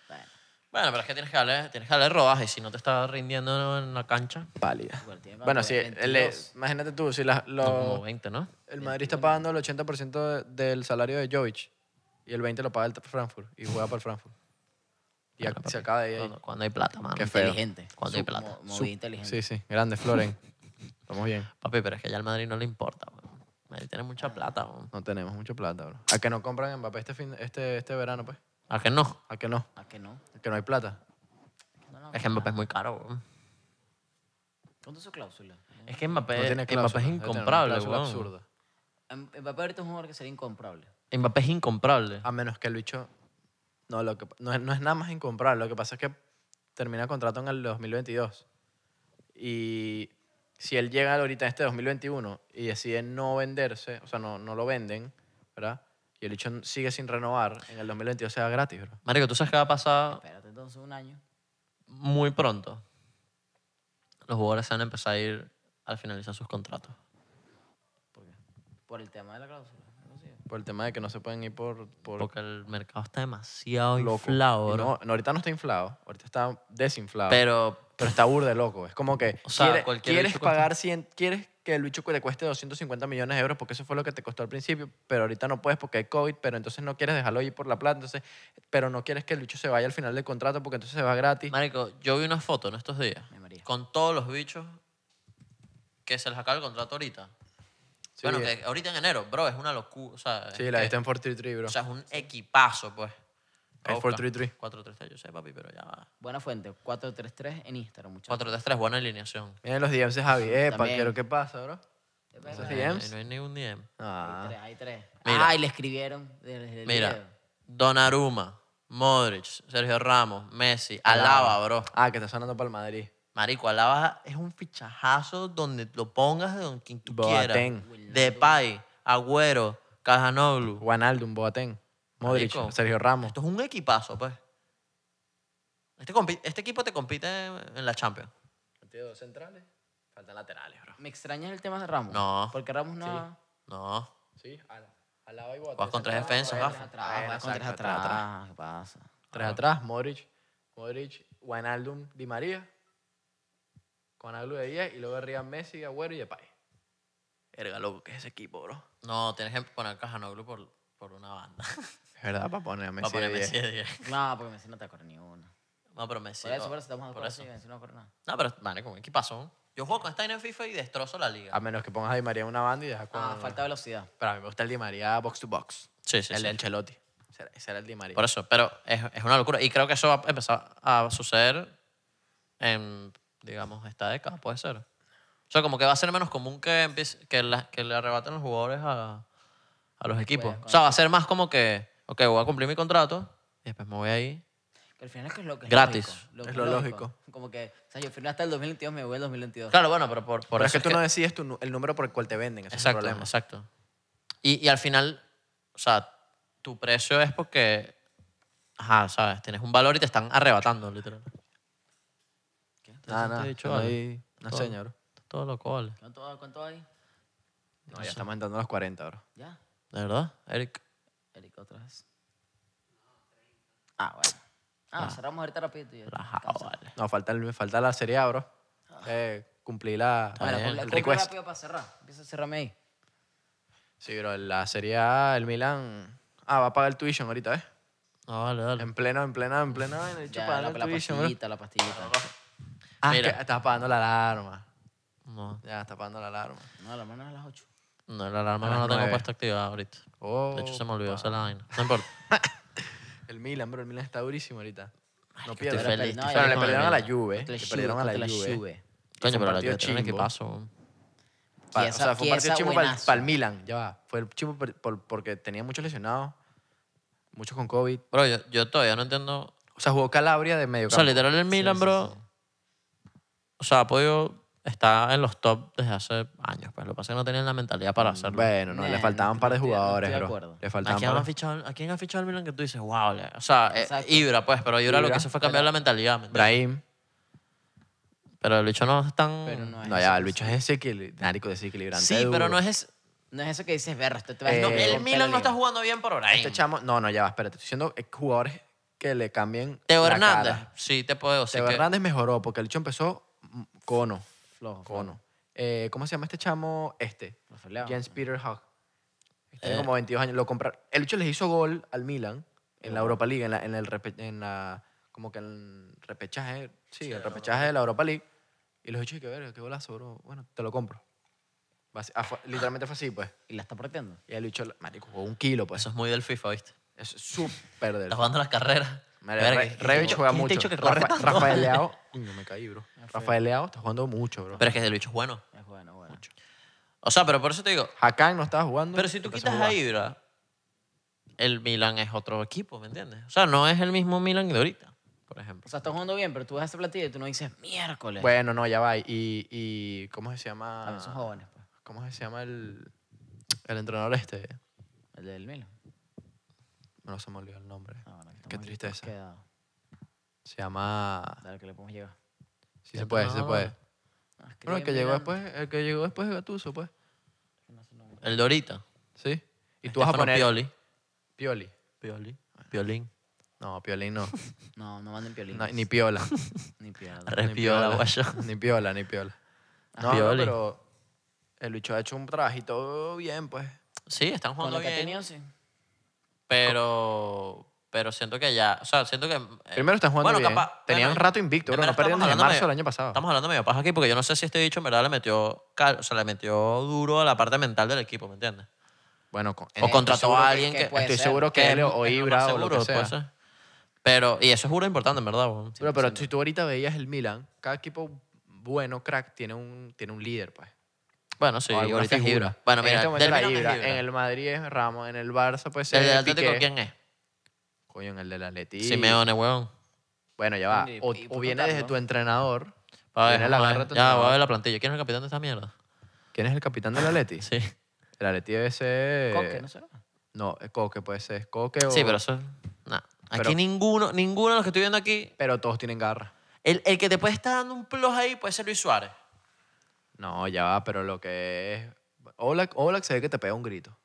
S3: Bueno,
S1: Bueno, pero es que tienes que darle, tienes que darle rodaje. y Si no te está rindiendo en la cancha,
S2: Pálida.
S3: igual tiene
S2: Bueno,
S3: cuatro-
S2: sí, el-
S3: 22.
S2: imagínate tú, si la- lo-
S1: no, como 20, ¿no?
S2: el Madrid está pagando el 80% de- del salario de Jovic y el 20% lo paga el Frankfurt y juega para el Frankfurt. Y ac- se acaba de ir ahí.
S1: Cuando, cuando hay plata, mano.
S2: Qué feo.
S3: Inteligente.
S1: Cuando hay plata.
S3: Mo- Movida
S2: Sí,
S3: inteligente.
S2: sí, grande, Floren. Estamos bien.
S1: Papi, pero es que ya al Madrid no le importa, weón. Madrid tiene mucha plata, weón.
S2: No tenemos mucha plata, bro. ¿A que no compran a Mbappé este, fin, este, este verano, pues?
S1: ¿A que no?
S2: ¿A que no?
S3: ¿A que no?
S2: ¿A que no hay plata?
S3: No, no,
S1: Es que Mbappé es muy caro, weón.
S3: ¿Cuánto es su cláusula?
S1: Es que Mbappé,
S2: No tiene
S1: Pues, Mbappé
S2: cláusula,
S1: es
S2: debe tener una
S1: incomprable,
S2: cláusula
S1: weón.
S2: absurda.
S3: Em- Mbappé ahorita es un jugador que sería incomprable.
S1: Mbappé es incomprable.
S2: A menos que el bicho... No, lo que, no, es, no es nada más incomprable. Lo que pasa es que termina contrato en el 2022. Y si él llega ahorita en este 2021 y decide no venderse, o sea, no, no lo venden, ¿verdad? Y el bicho sigue sin renovar, en el 2022 se da gratis, bro.
S1: Marico, ¿tú sabes qué va a pasar
S3: Espérate entonces un año.
S1: muy pronto? Los jugadores se van a empezar a ir al finalizar sus contratos.
S3: ¿Por qué? Por el tema de la cláusula. algo así.
S2: Por el tema de que no se pueden ir por... por
S1: Porque el mercado está demasiado
S2: loco.
S1: inflado,
S2: Y
S1: bro.
S2: No, ah. no, ahorita no está inflado, ahorita está desinflado.
S1: Pero
S2: Pero está burda de loco. Es como que
S1: O sea,
S2: quiere-
S1: cualquier
S2: quieres
S1: bicho cuesta-
S2: pagar 100, quieres que el bicho te cueste 250 millones de euros porque eso fue lo que te costó al principio, pero ahorita no puedes porque hay COVID, pero entonces no quieres dejarlo ir por la plata, entonces, pero no quieres que el bicho se vaya al final del contrato porque entonces se va gratis.
S1: Marico, yo vi una foto en estos días
S3: Me moría.
S1: con todos los bichos que se les acaba el contrato ahorita.
S2: Sí,
S1: Bueno, que ahorita en enero, bro, es una locura. O sea, es
S2: sí, la
S1: que-
S2: viste en 433, bro.
S1: o sea, es un equipazo, pues.
S2: Hay 4-3-3.
S1: 4-3-3, yo sé, papi, pero ya va.
S3: Buena fuente, 433 en Instagram, muchachos.
S1: 4-3-3, buena alineación.
S2: Miren los DMs de Javi. Epa,
S3: También.
S2: quiero que pasa, bro.
S3: Epa,
S2: Esos
S3: epa,
S1: Ahí No,
S2: DMs.
S1: hay ningún DM.
S2: Ah,
S3: Hay tres, hay tres.
S1: Mira.
S3: Ah, y le escribieron desde el video.
S1: Mira, Donnarumma, Modric, Sergio Ramos, Messi, Alaba, bro.
S2: Ah, que está sonando para el Madrid.
S1: Marico, Alaba es un fichajazo donde lo pongas de donde quien tú quieras.
S2: Boateng.
S1: Depay, Agüero, Cajanoglu.
S2: Guanaldum, Boateng, Modric,
S1: Marico.
S2: Sergio Ramos.
S1: Esto es un equipazo, pues. Este, compi- este equipo te compite en la Champions.
S2: Tiene dos centrales, faltan laterales, bro.
S3: Me extraña el tema de Ramos.
S1: No.
S3: Porque Ramos no.
S1: No.
S2: Sí, al, alaba y Boateng.
S1: Juegas con tres defensas,
S3: Tres
S1: Rafa.
S3: atrás,
S2: Bueno,
S3: va con tres
S2: exacto,
S3: atrás.
S2: atrás,
S3: Ah, ¿Qué pasa?
S2: Tres atrás, Modric, Modric, Wijnaldum, Di María, con Aglu de 10 y luego arriba Messi, Agüero y Depay. Erga, loco, ¿qué es ese equipo, bro?
S1: No, tienes que poner Cajanoglu por, por una
S2: [laughs]
S1: banda.
S2: Es verdad, para poner
S1: Para
S2: a Messi
S1: poner
S2: de
S1: Messi
S2: 10.
S1: de 10.
S3: No, porque Messi no te acuerda ni una.
S1: No, pero Messi.
S3: Por eso,
S1: oh,
S3: por eso estamos de
S1: por
S3: acuerdo.
S1: eso.
S3: sí, Messi no acuerda nada.
S1: No, pero vale, con un equipazo. ¿no? Yo juego con esta vaina en FIFA y destrozo la liga.
S2: A menos que pongas a Di María en una banda y dejas con...
S3: Ah, falta velocidad.
S2: Pero a mí me gusta el Di María box to box.
S1: Sí, sí,
S2: el
S1: sí.
S2: de Ancelotti. Ese era- Ese era el Di María.
S1: Por eso, pero es, es una locura. Y creo que eso va a empezar a suceder en, digamos, esta década, puede ser. O sea, como que va a ser menos común que, empiece- que, la- que le arrebaten los jugadores a, a los equipos. O sea, va a ser más como que, ok, voy a cumplir mi contrato y después me voy ahí.
S3: Que al final es que es lo que es
S1: Gratis.
S3: lógico,
S2: Es lo
S3: Como que, o sea, yo firmé hasta el 2022, me voy al 2022.
S1: Claro, bueno, pero por, por
S2: Pero es
S1: eso
S2: que
S1: es
S2: tú
S1: que-
S2: no decides tu nu- el número por el cual te venden. Ese
S1: Exacto,
S2: es el problema.
S1: exacto. Y, y al final, o sea, tu precio es porque, ajá, sabes, tienes un valor y te están arrebatando, literal.
S2: Nada,
S1: No te he
S2: nada.
S1: dicho
S2: no
S1: algo.
S2: hay- Una
S1: Todo.
S2: seña, bro.
S1: Todo loco, vale.
S3: ¿Cuánto, ¿Cuánto hay?
S2: No, ya estamos entrando a los 40, bro.
S3: ¿Ya?
S1: ¿De verdad, Eric?
S3: Eric, otra vez. Ah, bueno. Ah, cerramos ahorita rápido. y ya.
S1: Relajado, vale.
S2: No, falta, el- falta la serie A, bro. Eh, cumplí la,
S3: Bueno,
S1: bien,
S3: cumple-
S2: el
S3: cumple
S2: request.
S3: rápido para cerrar. Empieza a cerrarme ahí.
S2: Sí, bro, la serie A, el Milan Ah, va a pagar el tuition ahorita, ¿ves?
S1: No, vale, dale.
S2: En plena, en plena, en plena. En el
S3: Ya,
S2: chupa,
S3: la,
S2: el
S3: la
S2: tuition, bro.
S3: pastillita, la pastillita.
S2: Ah, es
S1: Mira.
S2: que estás apagando la alarma.
S1: No,
S2: Ya, está apagando la alarma.
S3: No, la mano es a las 8.
S1: no, la alarma
S2: A
S1: no
S2: las
S1: la tengo
S2: nueve.
S1: puesta activada ahorita.
S2: Oh,
S1: De hecho, se me olvidó hacer la vaina. No
S2: [laughs]
S1: importa.
S2: El Milan, bro. El Milan está durísimo ahorita. No
S1: Estoy
S2: pierde.
S1: feliz, estoy
S3: pues, no,
S1: feliz
S2: Bueno, le
S1: con el
S2: perdieron a la
S1: Milan.
S2: Juve.
S3: Contra
S2: Le
S3: la
S2: perdieron a
S3: Juve,
S2: la
S3: contra la
S2: Juve.
S3: Juve.
S1: Coño, pero la
S2: partido
S1: Juve tiene un
S2: chimbo.
S1: equipazo.
S2: Pa- o
S3: Chiesa-
S2: sea, fue un partido
S3: Chiesa
S2: chimbo para,
S3: buenazo.
S2: el Milan. Ya va. Fue el chimbo por- por- porque tenía muchos lesionados. Muchos con COVID.
S1: Bro, yo, yo todavía no entiendo.
S2: O sea, jugó Calabria de medio
S1: O sea,
S2: campo.
S1: literal, el Milan, bro. O sea, ha podido. Está en los top desde hace años. Pues lo que pasa es que no tenían la mentalidad
S2: Mm,
S1: para hacerlo.
S2: Bueno, no,
S3: Nah,
S2: le faltaban un
S3: no
S2: par de
S3: estoy- no
S2: jugadores,
S3: estoy de
S2: bro.
S3: acuerdo.
S2: Le
S1: ¿A
S2: faltaban
S1: quién,
S2: par
S1: ha
S2: de-
S1: fichado, ¿A quién ha fichado el Milan que tú dices, wow? le- O sea, eh,
S3: Exacto.
S1: Ibra, pues, pero Ibra, lo
S2: Ibra.
S1: que hizo fue cambiar la mentalidad. ¿me entiendes?
S2: Brahim.
S1: Pero el bicho no es tan.
S3: Pero no es
S2: No,
S3: eso
S2: ya,
S3: que
S2: el bicho es desequil- marico, desequilibrante.
S1: sí, pero
S2: duro.
S1: no es. ese-
S3: No es eso que dices, berro, esto te va a
S2: Eh,
S1: no,
S3: romper
S1: el
S3: la
S1: Milan no
S3: liga.
S1: está jugando bien por ahora.
S2: Este chamo, no, no, ya va, espérate. Estoy diciendo eh, jugadores que le cambien.
S1: Teo
S2: la
S1: Hernández,
S2: cara.
S1: sí te puedo decir.
S2: Teo
S1: que-
S2: Hernández mejoró porque el bicho empezó mm, cono.
S3: Flojo, flojo.
S2: Cono. Eh, ¿Cómo se llama este chamo? Este.
S3: Rafael Leao.
S2: Jens Peter Hawk.
S1: Eh.
S2: Tiene como 22 años. Lo compraron. El bicho les hizo gol al Milan en la Europa League, en, la, en el repe- en la, como que en el repechaje. Sí, el repechaje de la Europa League. Y los bichos, que verga, qué golazo, bro. Bueno, te lo compro. Basi- ah, fue- literalmente fue así, pues.
S3: Y la está partiendo.
S2: Y el bicho, marico, jugó un kilo, pues.
S1: Eso es muy del FIFA, ¿viste?
S2: Es súper del.
S1: Estás jugando las carreras.
S2: Mira,
S1: Verga,
S2: Re-
S1: ¿quién te
S2: Rebic
S1: dijo-
S2: juega
S1: quién te ha dicho
S2: mucho.
S1: que corre
S2: Rafa-
S1: tanto?
S2: Rafael Leao. Coño, me caí, bro. [laughs] Rafael Leao está jugando mucho, bro.
S1: Pero es que el bicho es bueno.
S3: Es bueno, bueno.
S1: O sea, pero por eso te digo.
S2: Hakan no estaba jugando.
S1: Pero si tú
S2: empezó
S1: quitas
S2: jugar.
S1: a Ibra, el Milan es otro equipo, ¿me entiendes? O sea, no es el mismo Milan de ahorita, por
S3: O
S1: ejemplo.
S3: sea, estás jugando bien, pero tú ves esa plantilla y tú no dices miércoles.
S2: Bueno, no, ya va. Y, y ¿cómo se
S3: También son
S2: llama?
S3: jóvenes, pues.
S2: ¿Cómo se llama el, el entrenador este?
S3: El del Milan.
S2: No se me olvidó el nombre.
S3: Ah, bueno, aquí
S2: Qué
S3: estamos aquí,
S2: tristeza.
S3: quedado.
S2: Se llama...
S3: Dale, que le podemos llegar.
S2: Sí se puede, sí se puede.
S1: entrenador?
S3: Ah, es
S2: Bueno, el que
S3: Milan-
S2: llegó después, el que llegó después es Gattuso, pues.
S1: El de ahorita.
S2: Sí. Y tú vas a
S1: Stefano
S2: poner...
S1: Pioli.
S2: Pioli.
S1: Pioli.
S2: [laughs]
S1: Piolín.
S2: No, Pioli no.
S3: No, no manden piolín.
S2: No, Ni Piola.
S3: Ni piedad.
S2: ni
S1: Repiola, guacho.
S2: [laughs] Ni Piola, ni Piola. No, no,
S1: Pioli.
S2: pero el bicho ha hecho un trabajito bien, pues.
S1: [laughs] Sí, están
S3: Con
S1: jugando
S3: lo Eh, que ha
S1: bien.
S3: tenido, sí.
S1: Pero. Pero siento que ya. O sea, siento que. eh,
S2: Primero están jugando
S1: bueno,
S2: bien.
S1: capaz-
S2: Tenían
S1: bueno,
S2: rato invicto, bro.
S1: primero
S2: No perdieron
S1: estamos
S2: desde
S1: hablando
S2: marzo
S1: medio-
S2: del año pasado.
S1: Estamos hablando medio paja aquí porque yo no sé si este bicho en verdad le metió. cal- O sea, le metió duro a la parte mental del equipo, ¿me entiendes?
S2: Bueno, con-
S1: O contrató
S3: seguro
S1: a
S3: que-
S1: alguien
S3: que
S1: que.
S3: puede
S2: estoy
S3: ser,
S2: seguro que
S1: es-
S2: él o
S1: es lo más
S2: Ibra o lo
S1: seguro,
S2: que sea.
S1: puede ser. Pero. Y eso es juro importante, en verdad, weón.
S2: Bro, pero si tú ahorita veías el Milan, cada equipo bueno, crack, tiene un, tiene un líder, pues.
S1: Bueno, sí,
S2: O alguna
S1: ahorita es
S2: figura.
S1: Ibra. Bueno, mira,
S2: en este momento
S1: del
S2: era
S1: Milan es
S2: Ibra,
S1: Ibra.
S2: En el Madrid es Ramos, en el Barça puede ser
S1: ¿El del
S2: el
S1: Atlético
S2: Piqué.
S1: quién es?
S2: Coño, en el del Atleti.
S1: Simeone, weón.
S2: Bueno, ya va.
S3: Y-
S2: O,
S3: y
S2: o
S3: por
S2: viene
S3: contar,
S2: desde
S3: ¿no?
S2: tu entrenador.
S1: Pa' ver,
S2: Viene la
S1: vamos a
S2: garra
S1: ver.
S2: de tu
S1: Ya, voy a ver
S2: entrenador.
S1: la plantilla. ¿Quién es el capitán de esta mierda?
S2: ¿Quién es el capitán del Atleti?
S1: Sí.
S2: El Atleti debe ser...
S3: Coque, no será.
S2: No, es Coque puede ser. Coque o...
S1: Sí, pero eso. Nah. Aquí
S2: Pero-
S1: ninguno, ninguno de los que estoy viendo aquí.
S2: Pero todos tienen garra.
S1: El, el que te puede estar dando un plus ahí puede ser Luis Suárez.
S2: No, ya va, pero lo que es... Oblak, Oblak se ve que te pega un grito.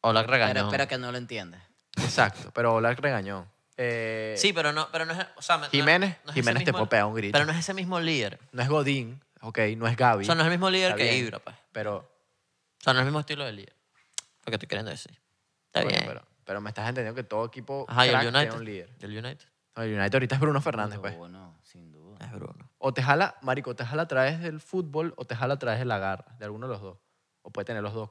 S1: O la regañó.
S3: Pero espera que no lo entiendes.
S2: Exacto, pero Oblak regañó. Eh,
S1: Sí, pero no, pero no es. O sea, me- no-
S2: Jiménez,
S1: no es ese
S2: Jiménez te
S1: mismo-
S2: puede pegar un grito.
S1: Pero no es ese mismo líder.
S2: No es Godín, ok, no es Gaby.
S1: O sea, no es el mismo líder
S2: Está
S1: que
S2: bien.
S1: Ibra, pues.
S2: Pero,
S1: O sea, no es el mismo estilo de líder. Lo que estoy queriendo decir. Está
S2: coño,
S1: bien.
S2: pero, pero me estás entendiendo que todo equipo
S1: Ajá, y
S2: crack
S1: el
S2: tiene
S1: United.
S2: un líder.
S1: El United.
S2: No, el United ahorita es Bruno Fernández,
S3: No,
S2: pues. Eh.
S3: Bueno, sin duda.
S1: Es Bruno.
S2: O te jala, marico, te jala a través del fútbol o te jala a través de la garra, de alguno de los dos. O puede tener los dos,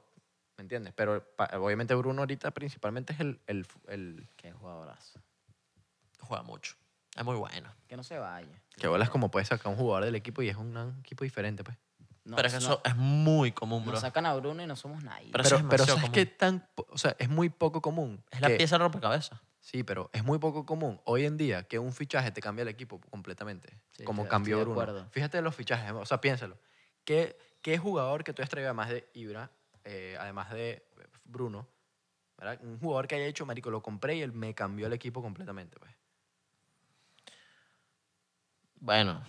S2: ¿me entiendes? Pero pa- obviamente Bruno ahorita principalmente es el, el, el
S3: Qué jugadorazo.
S1: Juega mucho. Es muy bueno.
S3: Que no se vaya.
S2: que bolas como puede sacar un jugador del equipo y es un un equipo diferente, pues.
S3: No,
S1: pero es que
S3: no-
S1: eso es muy común, bro.
S3: Nos sacan a Bruno y no somos nadie.
S1: Pero eso
S2: Pero,
S1: es
S2: pero
S1: demasiado
S2: ¿sabes qué tan, po- o sea, es muy poco común?
S1: Es la
S2: que-
S1: pieza de rompecabezas.
S2: Sí, pero es muy poco común hoy en día que un fichaje te cambie el equipo completamente,
S3: Sí,
S2: como
S3: estoy-
S2: cambió
S3: estoy de
S2: Bruno.
S3: acuerdo.
S2: Fíjate los fichajes, o sea, piénsalo. ¿Qué, qué jugador que tú has traído además de Ibra, eh, además de Bruno, ¿verdad? un jugador que haya hecho, marico, lo compré y él me cambió el equipo completamente, pues.
S1: Bueno.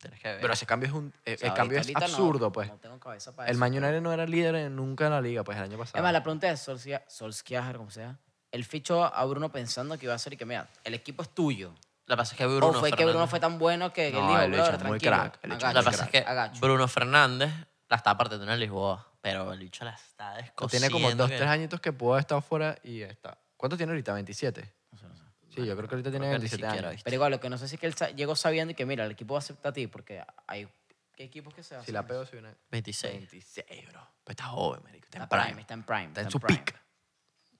S1: Tienes que ver.
S2: Pero ese cambio es un, eh,
S3: O sea,
S2: el cambio
S3: ahorita-
S2: es
S3: ahorita no,
S2: absurdo, pues.
S3: No tengo cabeza para
S2: el
S3: eso. pues.
S2: Man United no era líder en- nunca en la liga, pues, el año
S3: Es
S2: pasado.
S3: más, la pregunta es Solskjaer, Solskjaer, como sea. Él fichó a Bruno pensando que iba a ser y que, mira, el equipo es tuyo.
S1: La pasa es que Bruno
S3: o fue que
S1: Fernández-
S3: Bruno fue tan bueno que que
S2: No, el
S3: él dijo,
S2: bicho
S3: brother,
S2: es muy
S3: tranquilo.
S2: crack, el bicho es
S1: La
S3: agacho,
S1: pasa es que
S3: agacho".
S1: Bruno Fernández la está partiendo en Lisboa. Pero el bicho la está
S2: O
S1: descosiendo.
S2: tiene como dos,
S1: que-
S2: tres añitos que pudo haber estado fuera y está. ¿Cuánto tiene ahorita? ¿27?
S3: No sé, no sé.
S2: Sí, yo creo que ahorita tiene
S1: que ni
S2: 27
S1: siquiera,
S2: años.
S1: ¿viste?
S3: Pero igual, lo que no sé si es que él sa- llegó sabiendo y que, mira, el equipo acepta a ti, porque hay ¿qué equipos que se hacen.
S2: Si la
S3: eso?
S2: pego, soy una.
S1: 26.
S2: 26, bro. Pues está joven, marico. Está
S3: Está
S2: en
S3: prime,
S2: prime.
S3: está en prime.
S2: Está en su pick.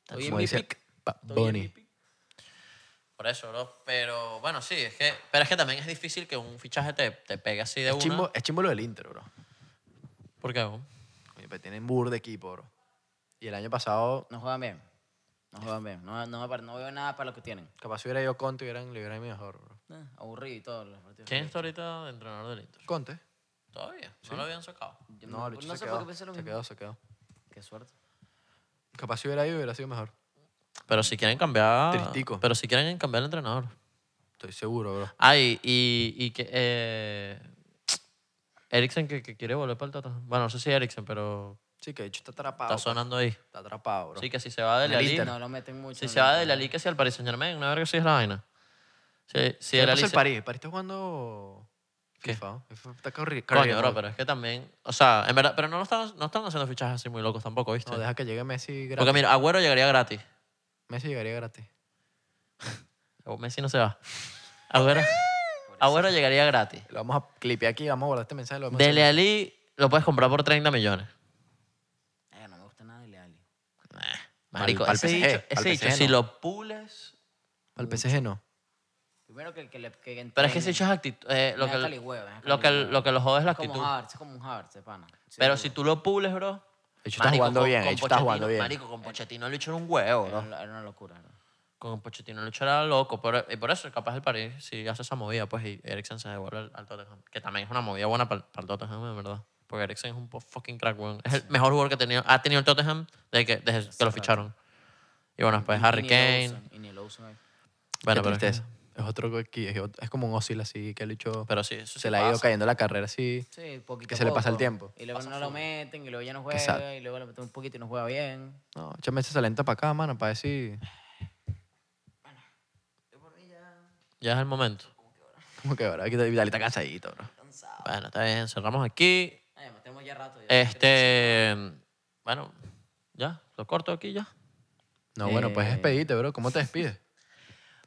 S1: Está
S3: Oye,
S1: en
S2: Como
S1: su-
S3: mi
S2: dice
S3: pick.
S2: Bad
S3: Estoy en mi
S2: Bunny.
S3: pick.
S1: Por eso, bro. Pero bueno, sí, es que. Pero es que también es difícil que un fichaje te, te pegue así de
S2: Es
S1: una.
S2: chimbo, es chimbo lo del Inter, bro.
S1: ¿Por qué? bro?
S2: Coño, pero tienen burro de equipo, bro. Y el año pasado,
S3: No juegan bien. No juegan bien. No, no, me pare- no veo nada para lo que tienen.
S2: capaz si hubiera ido Conte, hubieran, le hubieran ido mejor, bro.
S3: Eh, aburrido y todo. Los partidos.
S1: ¿Quién está ahorita de entrenador del Inter?
S2: ¿Conte?
S1: Todavía. No lo habían sacado.
S3: Yo no,
S2: el bicho
S3: no
S2: se
S3: sé por
S2: quedó,
S3: qué pensé lo
S2: Se
S3: mismo.
S2: quedó, se quedó.
S3: Qué suerte.
S2: Capaz si hubiera ido, hubiera sido mejor.
S1: Pero si quieren cambiar.
S2: Tristico.
S1: Pero si quieren cambiar el entrenador.
S2: Estoy seguro, bro.
S1: Ay, y, y que. Eh, Eriksen que, que quiere volver para el Tata. Bueno, no sé si Eriksen, pero
S2: Sí, que de hecho está atrapado.
S1: está sonando ahí.
S2: Está atrapado, Ah, bro.
S1: Sí, que si se va de la
S2: el
S1: Liga.
S2: Inter.
S3: No lo meten mucho.
S1: Si
S3: en
S1: se
S3: el-
S1: va de la Liga hacia el Paris Saint Germain, no verga si es la vaina. Si, si
S2: ¿Qué
S1: de
S2: le
S1: la
S2: pasa
S1: Liga.
S2: al París? El París está jugando
S1: ¿Qué?
S2: FIFA. ¿no? FIFA está corriendo.
S1: Coño, bro, pero es que también. O sea, en verdad, pero no, lo están, no están haciendo fichajes así muy locos tampoco, ¿viste?
S2: No, deja que llegue Messi gratis.
S1: Porque mira, Agüero llegaría gratis.
S2: Messi llegaría gratis.
S1: O Messi no se
S2: [laughs]
S1: va. Agüero, Agüero llegaría gratis.
S2: Lo vamos a clipear aquí, vamos a guardar este mensaje. Lo vamos a
S1: Dele Alli lo puedes comprar por 30 millones.
S3: Eh, no me gusta nada de Leali.
S1: Marico,
S2: pa'l
S1: ese
S2: PSG,
S1: dicho,
S2: pa'l
S1: ese dicho,
S2: PSG
S1: si
S2: no.
S1: lo pules.
S2: Al PSG no.
S3: Primero que el que le. Que
S1: Pero es que ese
S3: entrene.
S1: dicho es actitud. eh, lo,
S3: Me
S1: que,
S3: da
S1: lo,
S3: caligüeva, me da
S1: que,
S3: caligüeva.
S1: lo que lo jode es la
S3: Es
S1: actitud.
S3: como Havertz, es como un Havertz, de pana.
S1: Pero si
S3: seguro.
S1: tú lo pules, bro.
S2: El bicho está jugando bien, el bicho está
S1: Pochettino-
S2: jugando bien. Eh.
S1: Marico, con Pochettino lo echaron un huevo,
S3: Era,
S1: bro.
S3: una- era una locura. ¿no?
S1: Con Pochettino lo era loco. Pero, y por eso, capaz el París, si hace esa movida, pues y Eriksen se devuelve al, al Tottenham. Que también es una movida buena para, el Tottenham, en verdad. Porque Eriksen es un po- fucking crack, weón. Es el mejor jugador que ha tenido, ha tenido el Tottenham desde que, desde que lo ficharon. Y bueno, después
S3: Y
S1: Harry
S3: ni lo
S1: Kane.
S3: usan, Y ni lo usan ahí.
S1: Bueno,
S2: Qué
S1: pero,
S2: tristeza. Es otro aquí, es, ot- es como un oscil así que el bicho
S1: pero sí, eso
S2: se
S1: sí
S2: le ha ido
S1: pasa.
S2: cayendo la carrera así.
S3: Sí, poquito
S2: Que
S3: a
S2: se le pasa el
S3: poco.
S2: tiempo.
S3: Y luego no lo meten, y luego ya no juega,
S2: Exacto.
S3: y luego le meten un poquito y no juega bien.
S2: No, échame ese salenta para acá, mano, para decir
S1: Ya es el momento.
S2: como que ahora aquí Dale está cansadito, bro.
S1: Bueno, está bien, cerramos aquí.
S3: Ay, nos tenemos ya rato. ya.
S1: Este, bueno, ya, lo corto aquí ya.
S2: No, bueno, pues
S3: Eh.
S2: despedite, bro. ¿Cómo te despides?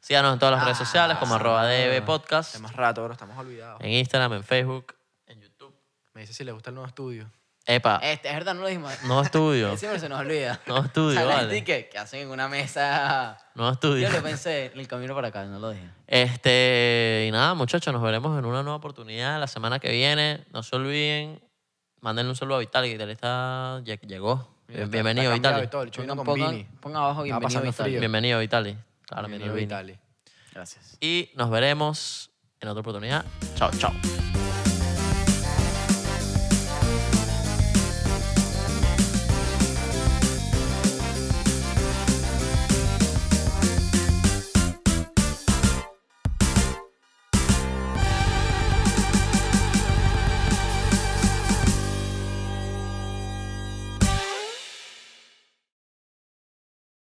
S1: Síganos en todas las redes
S2: Ah,
S1: sociales como arroba DB Podcast,
S2: Hace más rato, bro. Estamos olvidados.
S1: en Instagram, en Facebook, en YouTube.
S2: Me dice si le gusta el nuevo estudio.
S1: Epa,
S2: Eh.
S3: Este, es verdad, no lo dijimos.
S1: [laughs] no
S2: [laughs]
S1: estudio,
S3: Siempre se nos olvida.
S1: [laughs] No estudio,
S3: O sea, la
S1: vale.
S3: gente que, que hacen en una mesa.
S1: no
S3: Yo
S1: estudio.
S3: lo pensé en el camino para acá, no lo dije.
S1: Este, y nada, muchachos, nos veremos en una nueva oportunidad la semana que viene. No se olviden, mándenle un saludo a Vitalik, Vitalik está, ya- llegó.
S2: Mira, está-
S1: Eh, bienvenido,
S2: está cambiado
S1: Vitalik.
S2: y todo, el chuino
S3: Pongan,
S2: con Vini.
S3: pongan, pongan
S2: Estaba
S3: abajo bienvenido
S2: pasando
S3: Vitali.
S2: frío.
S1: Bienvenido, Vitalik. Claro, bienvenido,
S2: Bienvenido,
S1: Vitalik.
S2: Vitali.
S3: Gracias.
S1: Y nos veremos en otra oportunidad. Chao, chao.